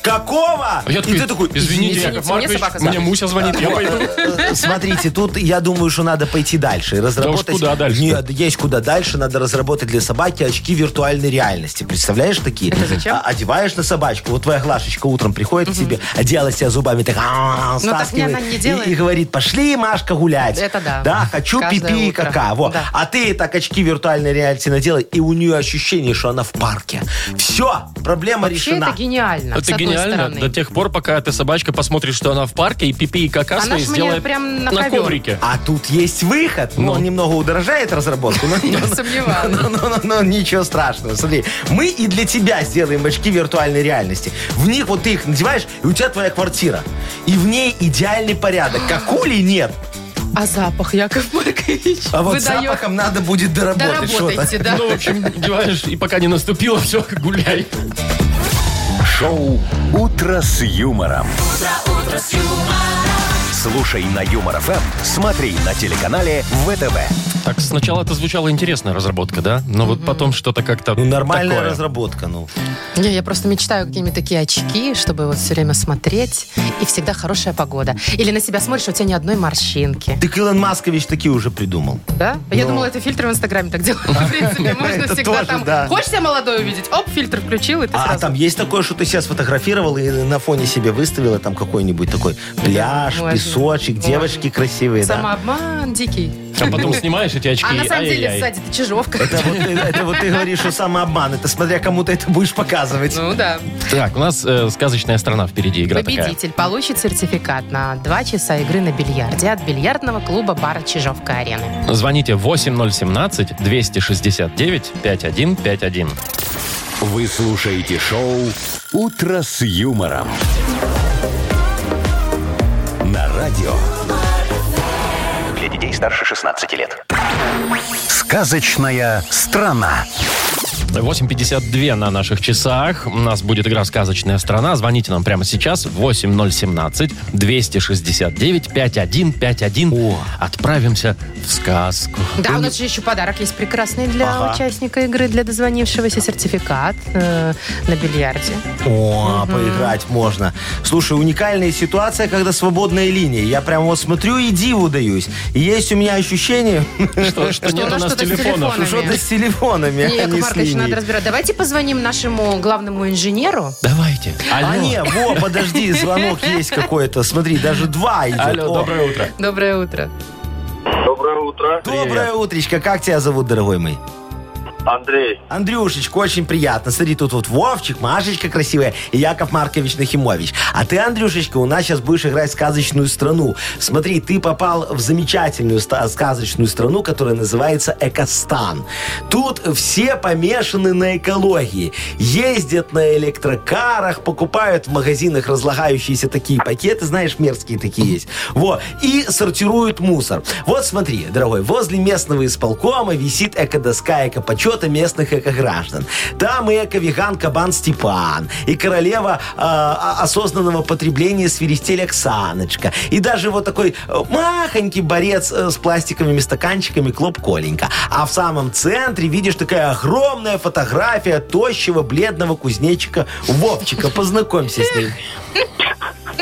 какого? А я И ты такой, извините, «Извините, Яков мне Маркович, собака мне звонит». Муся звонит, я пойду. Э, Смотрите, тут я думаю, что надо пойти дальше и разработать. Да уж куда дальше-то? Нет, есть куда дальше. Надо разработать для собаки очки виртуальной реальности. Представляешь такие? Это зачем? А, одеваешь на собачку. Вот твоя Глашечка утром приходит к тебе, одела себя зубами, так а, Ну, так стаскивает она не и- делает. и, говорит, пошли, Машка, гулять. Это да. Да, хочу Каждое пипи и утро. кака. Во. Да. А ты так очки виртуальной реальности надела, и у нее ощущение, что она в парке. Все, проблема Вообще решена. это гениально. с Это одной гениально. стороны. До тех пор, пока эта собачка посмотрит, что она в парке, и пипи и кака Она свои ж мне сделает прям на ковер. коврике. А тут есть выход, Ну. но он немного удорожает разработку, [LAUGHS] но, но- [LAUGHS] сомневаюсь. [LAUGHS] но- но- но- но Ну, ничего страшного. Смотри, мы и для тебя сделаем очки виртуальной реальности. В них вот ты их надеваешь, и у тебя твоя квартира. И в ней идеальный порядок. [GASPS] Как ули нет. А запах, Яков Маркович, А вот выдает. запахом надо будет доработать что-то. Доработайте, да. Ну, в общем, [LAUGHS] деваешь, и пока не наступило, [LAUGHS] все, гуляй. Шоу «Утро с юмором». Слушай на Юмор ФМ, смотри на телеканале ВТВ. Так, сначала это звучало интересная разработка, да? Но вот потом что-то как-то Ну, нормальная такое. разработка, ну. Не, я просто мечтаю какие-нибудь такие очки, чтобы вот все время смотреть, и всегда хорошая погода. Или на себя смотришь, у тебя ни одной морщинки. Ты Илон Маскович такие уже придумал. Да? Я думала, это фильтры в Инстаграме [LAUGHS] так делают. В принципе, можно Ну. Это всегда тоже, там... да. Хочешь себя молодой увидеть? Оп, фильтр включил, и ты А, сразу... там есть такое, что ты себя сфотографировал и на фоне себе выставила там какой-нибудь такой пляж, можно. песочек, девочки красивые, да. Самообман дикий. А потом снимаешь эти очки. А на и самом деле ай-яй-яй. сзади это чижовка. Это вот, ты- это вот ты говоришь, что самообман. Это смотря кому ты это будешь показывать. Ну да. Так, у нас э, сказочная страна впереди игра такая. Победитель получит сертификат на 2 часа игры на бильярде от бильярдного клуба бара Чижовка-Арена. Звоните 8017-269-5151. Вы слушаете шоу «Утро с юмором». На радио Для детей старше 16 лет. «Сказочная страна». 8.52 на наших часах. У нас будет игра «Сказочная страна». Звоните нам прямо сейчас 8017-269-5151. Отправимся в сказку. Да, у нас же еще подарок есть прекрасный для участника игры, для дозвонившегося сертификат э, на бильярде. О, поиграть можно. Слушай, уникальная ситуация, когда свободная линия. Я прям вот смотрю и диву даюсь. И есть у меня ощущение, [LAUGHS] Что, что нет у у нас нас что-то с телефонов? телефонами. что-то с телефонами, Не, а Яков не с Маркович, надо линией. разбирать. Давайте позвоним нашему главному инженеру. Давайте. А не, во, [LAUGHS] подожди, звонок есть какой-то. Смотри, даже два идет. Алло, О, доброе утро. Доброе утро. Доброе утро. доброе утречко. Как тебя зовут, дорогой мой? Андрей. Андрюшечка, очень приятно. Смотри, тут вот Вовчик, Машечка красивая и Яков Маркович Нахимович. А ты, Андрюшечка, у нас сейчас будешь играть в сказочную страну. Смотри, ты попал в замечательную ста- сказочную страну, которая называется Экостан. Тут все помешаны на экологии. Ездят на электрокарах, покупают в магазинах разлагающиеся такие пакеты, знаешь, мерзкие такие есть. Вот. И сортируют мусор. Вот смотри, дорогой, возле местного исполкома висит экодоска эко-почета местных эко-граждан. Там и эко-веган Кабан Степан, и королева э, о- осознанного потребления свиристель Оксаночка, и даже вот такой э, махонький борец э, с пластиковыми стаканчиками Клоп Коленька. А в самом центре, видишь, такая огромная фотография тощего бледного кузнечика Вовчика. Познакомься с ним.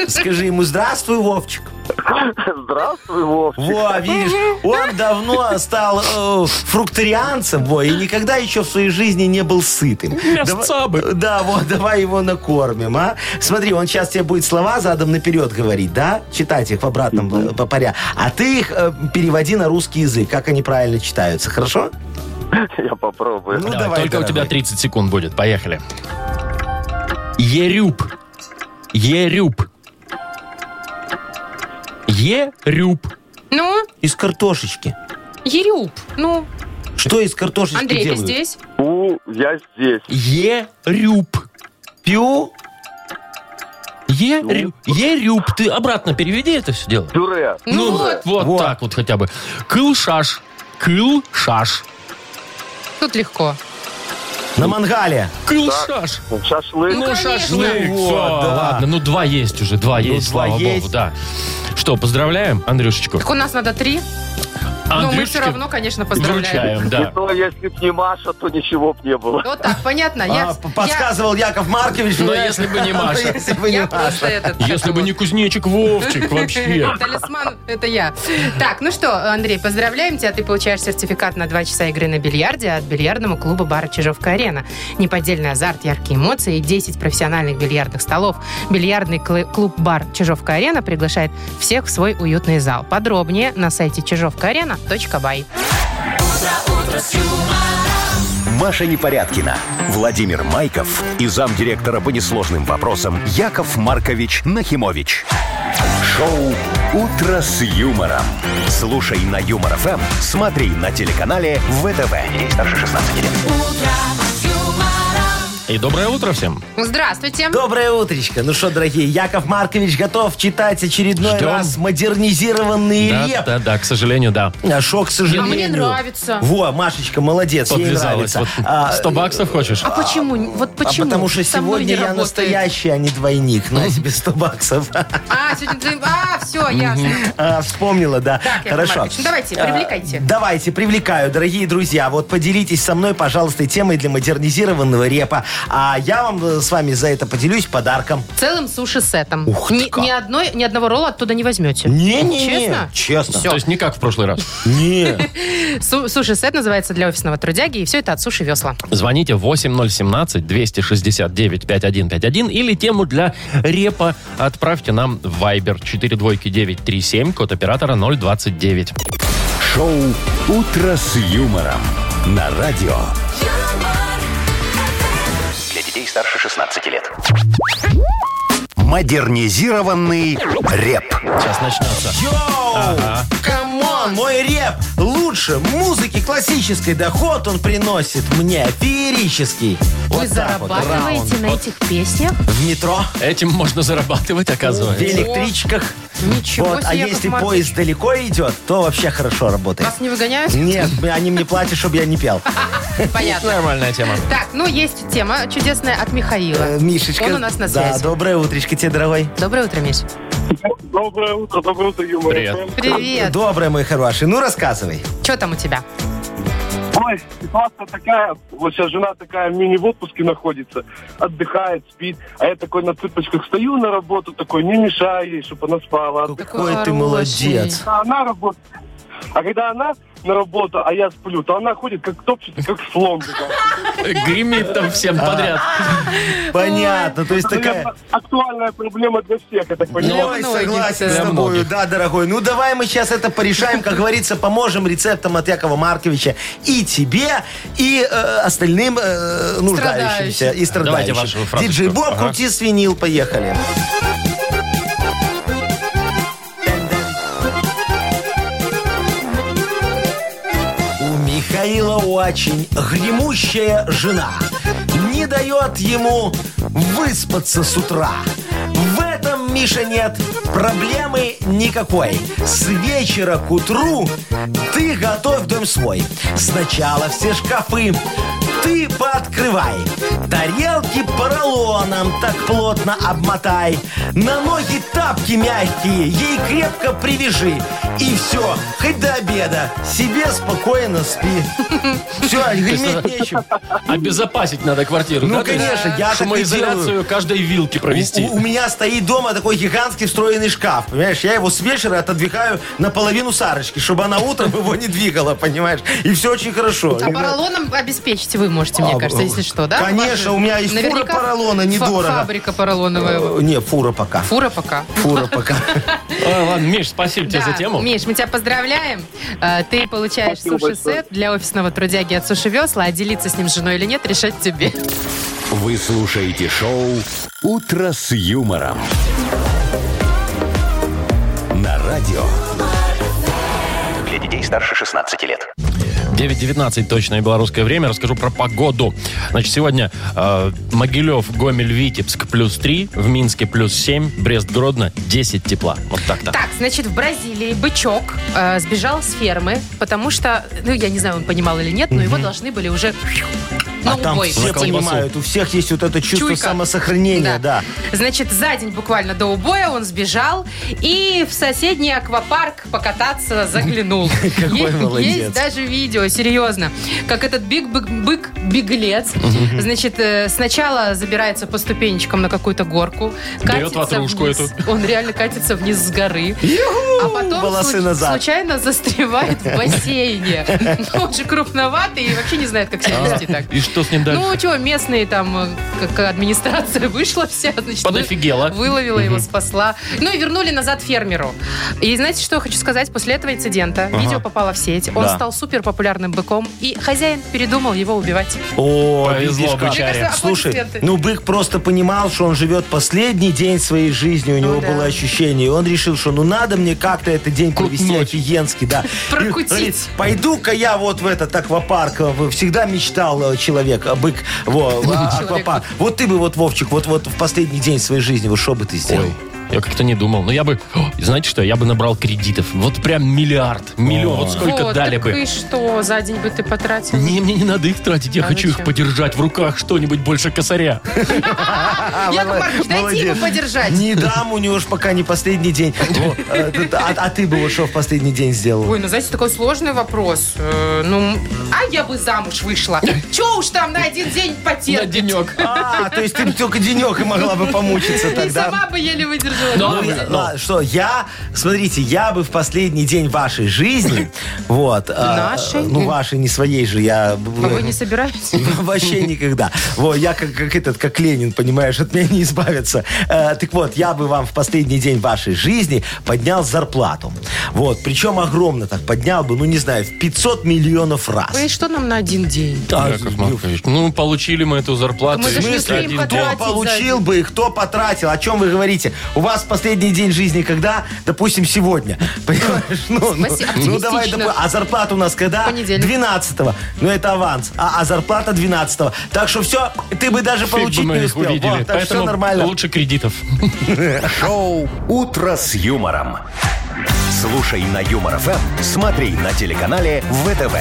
Скажи ему «Здравствуй, Вовчик». [LAUGHS] Здравствуй, [LAUGHS] Вов. [LAUGHS] Во, видишь, он давно стал э, фрукторианцем, во, и никогда еще в своей жизни не был сытым. Мясца бы. Да, вот, [LAUGHS] давай его накормим, а? Смотри, он сейчас тебе будет слова задом наперед говорить, да? Читать их в обратном э, по поря. А ты их э, переводи на русский язык, как они правильно читаются, хорошо? Я попробую. Ну, Давай, только у дорогой. тебя 30 секунд будет. Поехали. Ерюб. Ерюб. Ерюб. Ну, Из картошечки. Ерюб. Ну, Что из картошечки Андрей, ты делают? здесь? У, я здесь. Ерюб. Пью? Ерюб. Ерюб. Ты обратно переведи это все дело. Пюре. Ну, вот. Вот, Вот. так вот хотя бы. Кылшаш. Кылшаш. Тут легко. На мангале. Кылшаш. Шашлык. Ну, конечно. шашлык. Вот, всё, да. Ладно, ну два есть уже, два Ну, есть, два слава богу, есть. да. Что, поздравляем Андрюшечку? Так у нас надо три. Но мы все Андрюшечке равно, конечно, поздравляем. Вручаем, [LAUGHS] И да. то, Ну, если б не Маша, то ничего б не было. Вот так, понятно. Я, А, п- подсказывал Яков Маркович. Но понимаешь? если бы [LAUGHS] не Маша. Если бы я, не я Маша. просто этот... как Если бы [LAUGHS] его? не кузнечик Вовчик вообще. [LAUGHS] Талисман, это я. Так, ну что, Андрей, поздравляем тебя. Ты получаешь сертификат на 2 часа игры на бильярде от бильярдного клуба бара «Чижовка-арена». Неподдельный азарт, яркие эмоции и 10 профессиональных бильярдных столов. Бильярдный клы- клуб-бар «Чижовка-арена» приглашает всех в свой уютный зал. Подробнее на сайте чижовкаарена.бай. Маша Непорядкина, Владимир Майков и замдиректора по несложным вопросам Яков Маркович Нахимович. Шоу «Утро с юмором». Слушай на Юмор ФМ, смотри на телеканале ВТВ. Ей старше 16 лет. И доброе утро всем. Здравствуйте. Доброе утречко. Ну что, дорогие, Яков Маркович готов читать очередной Ждем. раз модернизированный Да, реп. да, да, к сожалению, да. А Шо, к А мне сожалению. нравится. Во, Машечка, молодец, ей Подвязалась. нравится. Вот А, 100 баксов хочешь? А почему? Вот а почему? потому что Со мной не сегодня я работает? настоящий, а не двойник. На тебе 100 баксов. [LAUGHS] А, сегодня ты... А, все, ясно. [LAUGHS] А, Вспомнила, да. Так, Яков Хорошо. Маркович, ну давайте, привлекайте. А, Давайте, привлекаю, дорогие друзья. Вот поделитесь со мной, пожалуйста, темой для модернизированного репа. А я вам э, с вами за это поделюсь подарком. Целым суши-сетом. Ух ты ни, как. ни одной, ни одного ролла оттуда не возьмете. Не-не-не. Честно? Честно? То есть не как в прошлый раз. Не. Су- суши-сет называется для офисного трудяги, и все это от суши-весла. Звоните 8017-269-5151 или тему для репа отправьте нам в Viber 42937, код оператора 029. Шоу «Утро с юмором» на радио. Для детей старше 16 лет. Модернизированный реп. Сейчас начнется. Йоу! Камон, мой реп лучше музыки классической. Доход он приносит мне феерический. Вот Вы так вот, зарабатываете раунд. на этих песнях? В метро, Этим можно зарабатывать, в оказывается. электричках. Ничего Вот, себе, а Яков если Маркович. поезд далеко идет, то вообще хорошо работает. Вас не выгоняют? Нет, они мне платят, чтобы я не [LAUGHS] пел. Понятно. Нормальная тема. Так, ну есть тема чудесная от Э, Михаила. Мишечка. Он у нас на Да, связи. доброе утречко тебе, дорогой. Доброе утро, Миш. Э, Доброе утро, доброе утро, юмор. Привет. Привет. Доброе, мой хороший. Ну, рассказывай. Что там у тебя? Ой, ситуация такая, вот сейчас жена такая мини в отпуске находится, отдыхает, спит, а я такой на цыпочках стою на работу, такой, не мешай ей, чтобы она спала. Какой ты хороший. молодец. А она работает. А когда она на работу, а я сплю, то она ходит как топчется, как слон. такая. Гремит там А. всем подряд. Понятно, то есть такая... Наверное, актуальная проблема для всех, я так понимаю. Ой, многих, согласен да. с Для тобою, многих. да, дорогой. Ну, давай мы сейчас это порешаем, как говорится, поможем рецептам от Якова Марковича и тебе, и э, остальным э, нуждающимся и Давайте страдающим. вашу фразочку. Диджей Боб, Ага. крути свинил, поехали. У Михаила очень гремущая жена. Не дает ему выспаться с утра. В этом, Миша, нет проблемы никакой. С вечера к утру ты готовь дом свой. Сначала все шкафы ты пооткрывай. Тарелки поролоном так плотно обмотай. На ноги тапки мягкие, ей крепко привяжи. И все, хоть до обеда, себе спокойно спи. Все, греметь нечем. Обезопасить надо квартиру. Ну, да, то есть конечно, я так и Шумоизоляцию делаю. каждой вилки провести. У, у меня стоит дома такой гигантский встроенный шкаф, понимаешь? Я его с вечера отодвигаю наполовину Сарочки, чтобы она утром его не двигала, понимаешь? И все очень хорошо. А поролоном обеспечить вы можете, мне А, кажется, э, если что, да? конечно, у меня есть фура поролона, фа- недорого. Фабрика поролоновая. Э, Не, фура пока. Фура пока. Фура пока. А, ладно, Миш, спасибо тебе Да. за тему. Миш, мы тебя поздравляем. Э, Ты получаешь Спасибо большое. суши-сет для офисного трудяги от Суши Весла. А делиться с ним с женой или нет, решать тебе. Вы слушаете шоу «Утро с юмором». На радио. Для детей старше 16 лет. 9.19 точное белорусское время. Расскажу про погоду. Значит, сегодня э, Могилев, Гомель, Витебск плюс 3, в Минске плюс 7, Брест, Гродно 10 тепла. Вот так-то. Так, значит, в Бразилии бычок э, сбежал с фермы, потому что, ну, я не знаю, он понимал или нет, но его должны были уже на А там Ну, убой все идти. понимают, у всех есть вот это чувство Чуйка. самосохранения, да. Значит, за день буквально до убоя он сбежал и в соседний аквапарк покататься заглянул. [LAUGHS] Какой Есть- молодец. Есть даже видео, серьезно. Как этот биг бык- бык беглец, значит, э, сначала забирается по ступенечкам на какую-то горку, Берет ватрушку вниз. эту. Он реально катится вниз с горы. А потом Волосы слу- назад. случайно застревает в бассейне. [LAUGHS] Ну, Он же крупноватый и вообще не знает, как себя А. вести так. И что с ним дальше? Ну, что, местные там, э, как администрация [LAUGHS] вышла вся, значит, вы- Подофигела. выловила его, спасла. Ну и вернули назад фермеру. И знаете, что я хочу сказать? После этого инцидента видео попало в сеть. Он Да. стал супер популярным быком, и хозяин передумал его убивать. О, Повезло видишь как. бычаре. Мне кажется, Слушай, аплодисменты. ну бык просто понимал, что он живет последний день своей жизни, у него Ну да. было ощущение, и он решил, что ну надо мне как-то этот день провести Кутнуть. офигенский, [LAUGHS] да. Прокутить. И говорит, Пойду-ка я вот в этот аквапарк, э, всегда мечтал э, человек, э, бык, во, а, аквапарк. Вот ты бы вот, Вовчик, вот вот в последний день своей жизни, вот что бы ты сделал? Ой, я как-то не думал. Но я бы, О, знаете что, я бы набрал кредитов. Вот прям миллиард, миллион. Вот сколько Вот, дали так бы. и что, за день бы ты потратил? Не, мне не надо их тратить, я А хочу их зачем? подержать в руках что-нибудь больше косаря. А, Яков Маркович, дайте его молодец. подержать. Не дам, у него ж пока не последний день. Во, э, т- А а ты бы вот что в последний день сделал? Ой, ну, знаете, такой сложный вопрос. Э, ну, а я бы замуж вышла. Че уж там на один день На потерпеть? денек. А, то есть ты бы только денек и могла бы помучиться И тогда. сама бы еле выдержала. Но- Ну, Давайте. я- ладно, что я, смотрите, я бы в последний день вашей жизни, вот, э, Нашей? ну вашей, не своей же, я А вы не собираетесь? [LAUGHS] вообще никогда. Вот я как, как этот, как Ленин, понимаешь, от меня не избавиться. Э, так вот, я бы вам в последний день вашей жизни поднял зарплату, вот, причем огромно так поднял бы, ну не знаю, в 500 миллионов раз. Вы что нам на один день? А, Яков Маркович, ну, получили мы эту зарплату. Мы и же не один успеем день. потратить. кто получил бы и кто потратил. О чем вы говорите? У вас последний день жизни когда? Допустим, сегодня. [LAUGHS] Понимаешь? Ну, ну, Спаси- ну, давай, оптимистично. допу- а зарплата у нас когда? Понедельник. 12-го. Ну, это аванс. А, а зарплата 12-го. Так что все, ты бы даже Фиг бы получить мы не их успел. увидели. Вот, так Поэтому все нормально. лучше кредитов. Шоу «Утро с юмором». Слушай на Юмор ФМ, смотри на телеканале ВТВ.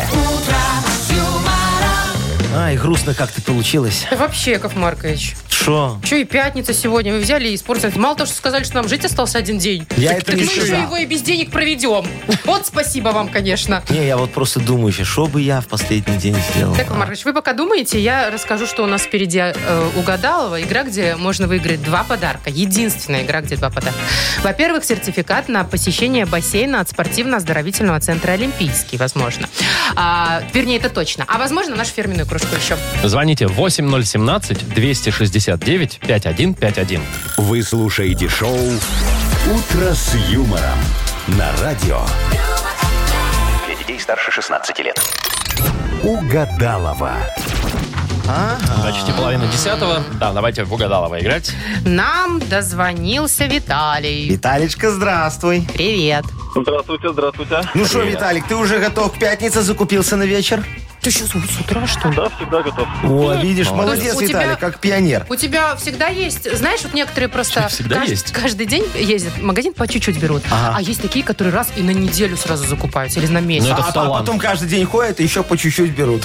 Ай, грустно как-то получилось. Вообще, Яков Маркович. Что? Че и пятница сегодня, вы взяли и испортили. Мало того, что сказали, что нам жить остался один день. Я это так не мы еще сказал. его и без денег проведем. Вот спасибо вам, конечно. Не, я вот просто думаю еще, что бы я в последний день сделал. Так, Маркович, вы пока думаете, я расскажу, что у нас впереди э, угадалова. Игра, где можно выиграть два подарка. Единственная игра, где два подарка. Во-первых, сертификат на посещение бассейна от спортивно-оздоровительного центра «Олимпийский», возможно. А, вернее, это точно. А возможно, нашу фирменную кружку еще. Звоните 8017-269-5151. Вы слушаете шоу «Утро с юмором» на радио Для детей старше 16 лет. «Угадалова». Почти половина десятого. Да, давайте в угадалово играть. Нам дозвонился Виталий. Виталичка, здравствуй. Привет. Здравствуйте, здравствуйте. Ну что, Виталик, ты уже готов к пятнице? Закупился на вечер? Ты что, с утра, что ли? Да, всегда готов. О, видишь, молодец, У тебя- Виталик, как пионер. У тебя всегда есть, знаешь, вот некоторые просто Всегда кажд- есть? каждый день ездят, в магазин по чуть-чуть берут. А есть такие, которые раз и на неделю сразу закупаются или на месяц. Ну, это А, а талант. потом каждый день ходят и еще по чуть-чуть берут.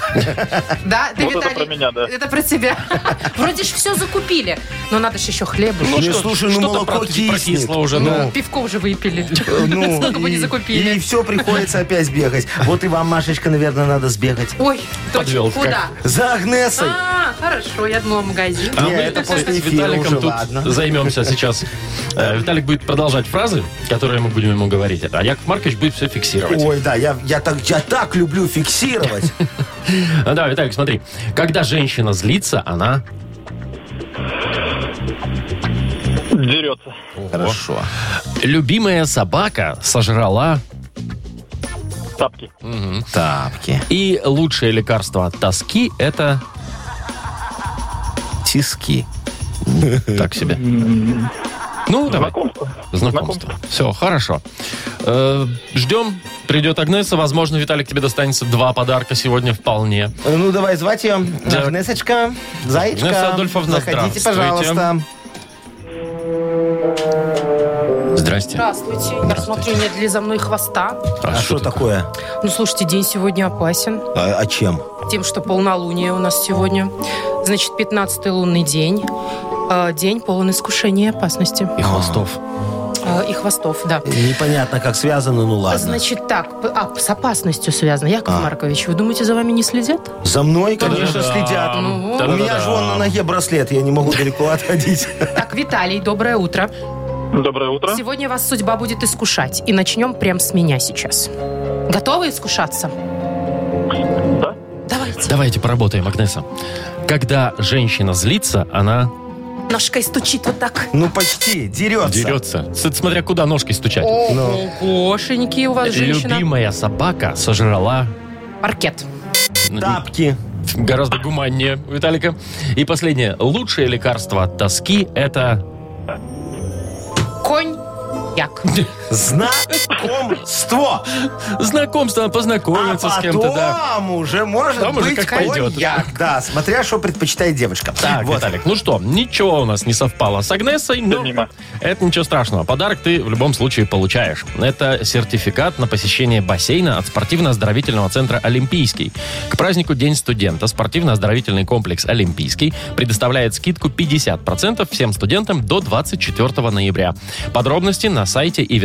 Да, ты, Вот это Виталий, про меня, да. Это про тебя. [LAUGHS] Вроде же все закупили, но надо же еще хлеба. Ну, слушай, ну, что-то молоко прокис- прокисло киснет. уже. Ну, Ну, пивко уже выпили. Э, [LAUGHS] [LAUGHS] ну, Сколько бы не и- закупили. И все, приходится опять бегать. Вот и вам, Машечка, наверное, надо сбегать. Ой, точно, Подвел как. куда? За Агнесой. А, хорошо, я думала магазин. а не, мы это кстати, после с эфира Виталиком уже, тут ладно. займемся сейчас. Э, Виталик будет продолжать фразы, которые мы будем ему говорить. А Яков Маркович будет все фиксировать. Ой, да, я, я, так, я так люблю фиксировать. А, Да, Виталик, смотри. Когда женщина злится, она... Дерется. Хорошо. Любимая собака сожрала... Тапки. [LAUGHS] Тапки. И лучшее лекарство от тоски – это... [LAUGHS] Тиски. Так себе. Ну, давай. Знакомство. Все, хорошо. Э, Ждем. Придет Агнеса. Возможно, Виталик, тебе достанется два подарка сегодня вполне. Э, Ну, давай звать ее. Да. Агнесочка, Зайчка. Агнеса Адольфовна, Заходите, здравствуйте. пожалуйста. Здрасте. Здравствуйте. Я смотрю, нет ли за мной хвоста. А что такое? Ну, слушайте, день сегодня опасен. А а чем? Тем, что полнолуние у нас сегодня. Значит, 15-й лунный день. Э, День полон искушений и опасности. И хвостов. Э, И хвостов, да. Непонятно, как связано, ну ладно. Значит так, п- а, с опасностью связано. Яков Маркович, вы думаете, за вами не следят? За мной, А, конечно, следят. Ну, У меня же вон на ноге браслет, я не могу далеко отходить. Так, Виталий, доброе утро. Доброе утро. Сегодня вас судьба будет искушать. И начнем прям с меня сейчас. Готовы искушаться? Да. Давайте. Давайте поработаем, Агнеса. Когда женщина злится, она Ножкой стучит вот так. Ну, почти, дерется. дерется. С- Смотря куда ножкой стучать. О, кошеньки у вас, женщина. Любимая собака сожрала Паркет. Тапки. гораздо гуманнее у Виталика. И последнее. Лучшее лекарство от тоски – это... Конь. Як. Знакомство. Знакомство, А познакомиться с кем-то, потом да. уже может Там уже быть как пойдет. коньяк. Да, смотря, что предпочитает девочка. Так, Виталик, ну что, ничего у нас не совпало с Агнесой, но мимо. это ничего страшного. Подарок ты в любом случае получаешь. Это сертификат на посещение бассейна от спортивно-оздоровительного центра «Олимпийский». К празднику День студента спортивно-оздоровительный комплекс «Олимпийский» предоставляет скидку 50% всем студентам до 24 ноября. Подробности на сайте и в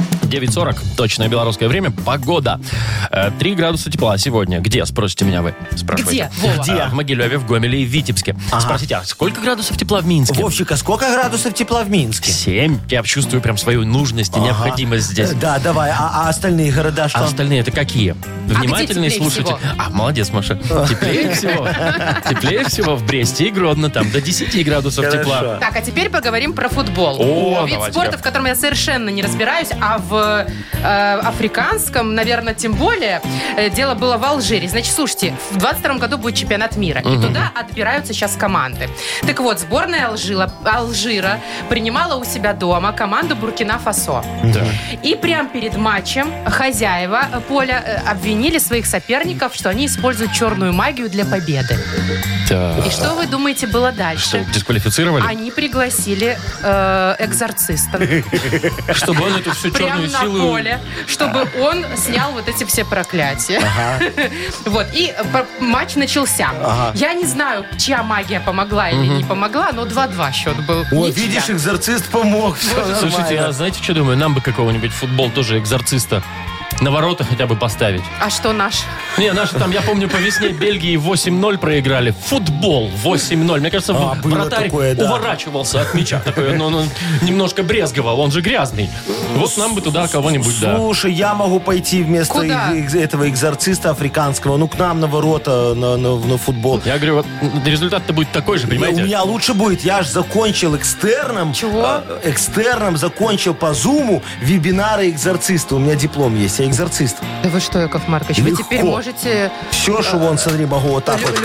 9.40, точное белорусское время, погода. 3 градуса тепла сегодня. Где, спросите меня вы? Спрашиваете. Где, Вова? А, В Могилеве, в Гомеле и в Витебске. Спросите, а сколько градусов тепла в Минске? Вовчик, а сколько градусов тепла в Минске? 7. Я чувствую прям свою нужность и Ага. необходимость здесь. Да, давай. А, а остальные города что? А остальные это какие? Внимательные теплее слушайте. всего? А, молодец, Маша. [LAUGHS] Теплее всего. Теплее всего в Бресте и Гродно. Там до 10 градусов Хорошо. тепла. Так, а теперь поговорим про футбол. О, Вид давайте, спорта, Яков. в котором я совершенно не разбираюсь, а в в э, африканском, наверное, тем более. Э, Дело было в Алжире. Значит, слушайте, в 22 году будет чемпионат мира. И туда отбираются сейчас команды. Так вот, сборная Алжира, Алжира принимала у себя дома команду Буркина-Фасо. И прямо перед матчем хозяева э, поля э, обвинили своих соперников, что они используют черную магию для победы. Так. И что вы думаете было Что, дальше? дисквалифицировали? Они пригласили э, [LAUGHS] экзорциста Чтобы он эту всю прямо черную на силу... поле, чтобы А. он снял вот эти все проклятия. [LAUGHS] Вот, и э, пр- матч начался. Я не знаю, чья магия помогла или не помогла, но 2-2 счет был. О, Ничья. видишь, экзорцист помог. Все Слушайте, а знаете, что думаю? Нам бы какого-нибудь в футбол тоже экзорциста на ворота хотя бы поставить. А что наш? Не, наши там, я помню, по весне Бельгии 8-0 проиграли. Футбол 8-0. Мне кажется, А, было вратарь такое, да. уворачивался от мяча. Такой, но он немножко брезговал, он же грязный. Вот нам бы туда кого-нибудь, да. Слушай, я могу пойти вместо Куда? э- э- этого экзорциста африканского, ну, к нам на ворота, на, на- на футбол. Я говорю, вот м, результат-то будет такой же, У понимаете? меня лучше будет. Я же закончил экстерном. Чего? э, Экстерном закончил по зуму вебинары экзорциста. У меня диплом есть, я экзорцист. Да вы что, Яков Маркович, вы Легко. теперь можете Все, что вон, смотри, могу вот так вот.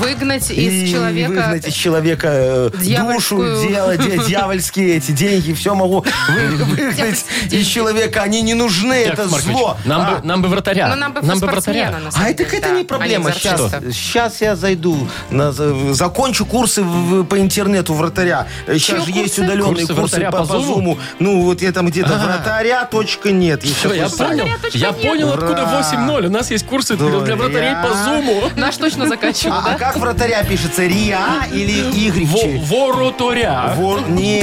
выгнать И из человека... [LAUGHS] выгнать из человека э, Дьявольскую. душу, дело, де- дьявольские эти деньги, все [LAUGHS] могу вы- выгнать Дьявольские из человека. Они не нужны, Яков это Маркович, зло. Нам, А, бы, нам бы вратаря. Ну, нам бы спортсмена, на самом А это деле, это да, не проблема. а не Сейчас, экзорциста. сейчас я зайду, на, за- закончу курсы в- в- по интернету вратаря. Сейчас же Чьи есть курсы? удаленные Курсы курсы, вратаря по, по по Зуму? зуму. Ну вот я там где-то А. вратаря точка нет. Есть Всё, такой я сайт. понял, точно я нет. понял, откуда Ура. 8-0. У нас есть курсы для- для Ура. вратарей по зуму. Наш точно заканчивал, А, а да? как вратаря пишется? Риа или Игорь? Во- Воротуря. Вор... Не,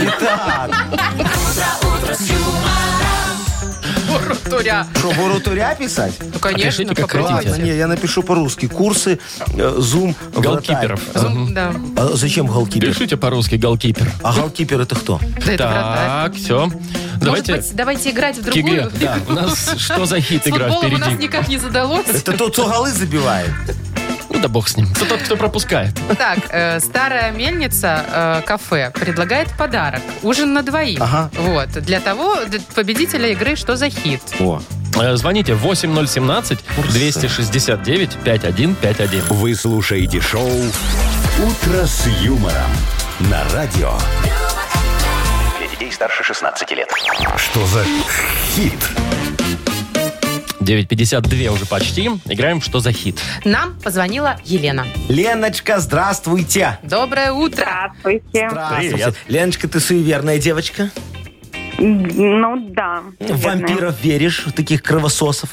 не так. Туря. Что, воротуря писать? Ну, конечно, Опишите, как попробуйте. хотите. Ладно, не, я напишу по-русски. Курсы, э, зум, вратарь. Голкиперов. Зум- Да, А зачем голкипер? Пишите по-русски голкипер. А голкипер это кто? да это вратарь. Так, все. Может Давайте быть, давайте играть в к игре. другую Да, у нас что за хит С игра футболом у нас впереди? никак [LAUGHS] не задалось. Это тот, кто голы забивает. Ну да бог с ним. Кто тот, кто пропускает. Так, э, старая мельница э, кафе предлагает подарок. Ужин на двоих. Ага. Вот. Для того, для победителя игры «Что за хит?». О, Э, Звоните 8017-269-5151. Вы слушаете шоу «Утро с юмором» на радио. Для детей старше 16 лет. Что за хит? 9.52 уже почти. Играем «Что за хит?». Нам позвонила Елена. Леночка, здравствуйте. Доброе утро. Здравствуйте. Здравствуйте. Леночка, ты суеверная девочка? Ну да. В Вампиров веришь? В таких кровососов?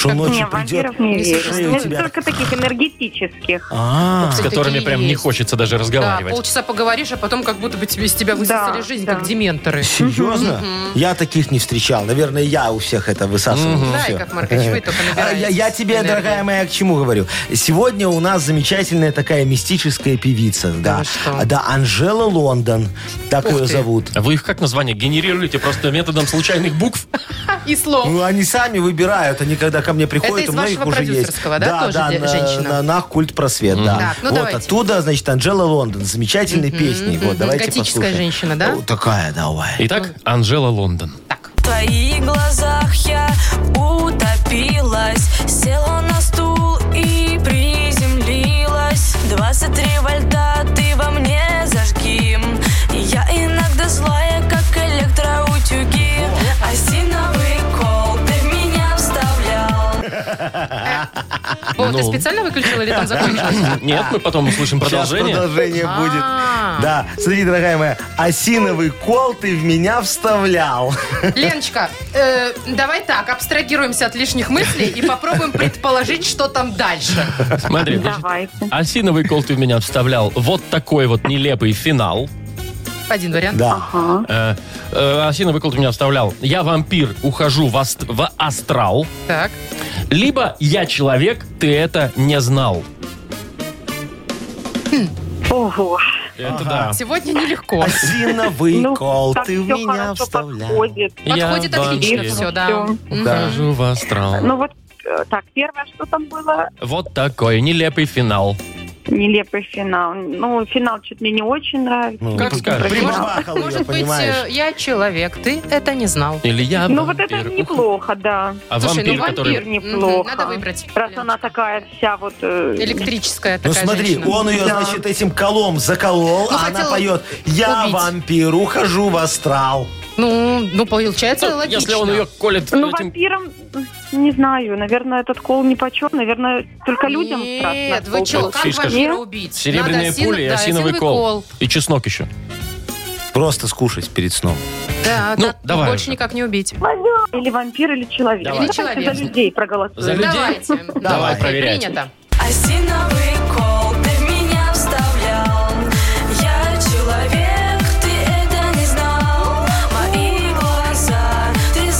Что Не, ночью придет? вампиров не Не верю. слушаю Ну, тебя. Только таких энергетических. А, С Кстати, которыми такие прям не есть. хочется даже Да, разговаривать. полчаса поговоришь, а потом как будто бы тебе из тебя высосали Да, жизнь, да. как дементоры. серьезно? Я таких не встречал. Наверное, я у всех это высасываю. Ну, Да, Всё. Яков Маркович, вы только А, Я, набираетесь я тебе, энергии. дорогая моя, к чему говорю. Сегодня у нас замечательная такая мистическая певица. Да, вы что? да Анжела Лондон. Так ее ты. зовут. А Вы их как название генерируете? Просто методом случайных букв? И слов. Ну, они сами выбирают, они когда ко мне приходят, из у многих вашего уже есть. продюсерского, да, тоже де- на, женщина? на- на культ просвет, да. Так, ну вот давайте. оттуда, значит, Анжела Лондон, замечательные песни. Вот, мгм. давайте Готическая послушаем. Ну. женщина, да? О, такая, давай. Итак, Анжела Лондон. В твоих глазах я утопилась Села на стул и приземлилась 23 вольта ты во мне зажги И Я иногда злая, как электроутюги Осиновый кол ты в меня вставлял О, ты Ну. специально выключила или [LAUGHS] там закончилось? Нет, мы потом услышим Сейчас продолжение. продолжение будет. А. Да, смотри, дорогая моя, осиновый кол ты в меня вставлял. Леночка, э, давай так, абстрагируемся от лишних мыслей и попробуем предположить, что там дальше. Смотри, значит, Давайте. осиновый кол ты в меня вставлял. Вот такой вот нелепый финал. Один вариант. Да. Э, э, Осиновый кол ты меня вставлял. Я вампир, ухожу в, аст- в астрал. Так. Либо я человек, ты это не знал. Ого. Это да. Сегодня нелегко. Осиновый Ну, кол так ты в всё меня хорошо вставлял. подходит. Подходит Я отлично вампир, все, да. Всё. Мгм. Ухожу в астрал. Ну вот, э, так, первое, что там было? Вот такой нелепый финал. Нелепый финал. Ну, финал чуть мне не очень нравится. Ну, Как скажешь. Прибабахал ее, Может быть, понимаешь? э, я человек, ты это не знал. Или я Ну, вот это вампир. неплохо, да. А Слушай, вампир, ну вампир который... Мгм, Неплохо. Надо выбрать. Раз она такая вся вот... э, Электрическая такая Ну смотри, женщина. он ее, Да. значит, этим колом заколол, Ну, а она хотел поет «Я убить». вампир, ухожу в астрал». Ну, ну, получается Ну, логично. Если он ее колет Ну, этим- вампирам, не знаю, наверное, этот кол нипочем, наверное, только людям страшно. Нет, вы что, что? как Фишка же. вампира убить? серебряные Надо осин- пули и да, осиновый кол. И чеснок еще. Просто скушать перед сном. Да, Ну, да, давай больше уже. никак не убить. Или вампир, или человек. Давай. Или Давайте человек. за людей проголосуем. За людей? Давайте. Давай проверять. Принято. Осиновый кол, ты в меня вставлял. Я человек, ты это не знал. Мои глаза ты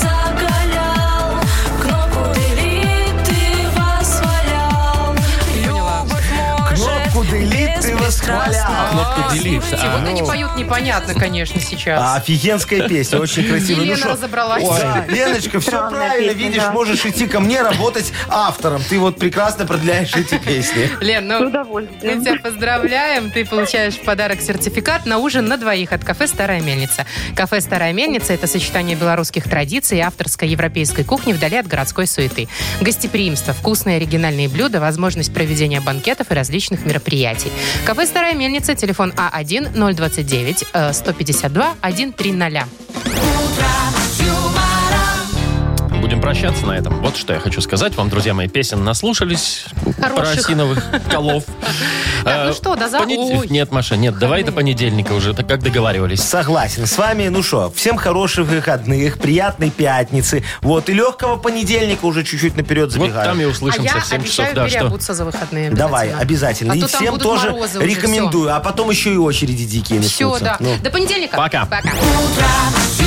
закалял. Кнопку делит, ты восхвалял. поняла. Любовь может Кнопку «Делит» ты восхвалял. Кнопку «Делит». Слушайте, А, вот они ну. Типа, поют непонятно, конечно, А, сейчас. Офигенская песня, очень красивая. Ну Елена шо- разобралась. Ой, Да. Леночка, все Странная правильно, песня, видишь, да. можешь идти ко мне работать автором. Ты вот прекрасно продляешь эти песни. Лен, С ну, мы удовольствием. тебя поздравляем. Ты получаешь в подарок сертификат на ужин на двоих от кафе «Старая мельница». Кафе «Старая мельница» — это сочетание белорусских традиций и авторской европейской кухни вдали от городской суеты. Гостеприимство, вкусные оригинальные блюда, возможность проведения банкетов и различных мероприятий. Кафе «Старая мельница», телефон А А1-029-152-130. Будем прощаться на этом. Вот что я хочу сказать вам, друзья мои. Песен наслушались. Про Хороших. осиновых колов. [LAUGHS] Так, ну Э, что, до завтра. понеде- Ой. Нет, Маша, нет, давай до понедельника уже, так как договаривались. Согласен с вами. Ну что, всем хороших выходных, приятной пятницы. Вот, и легкого понедельника уже чуть-чуть наперед Вот забегаю. там и А я услышимся в 7 часов. обещаю Да, что? переобуться за выходные. Давай, обязательно. А и то там всем будут тоже морозы уже, рекомендую. А потом еще и очереди дикие Все, начнутся. да. Ну. До понедельника. Пока. Пока. Утро с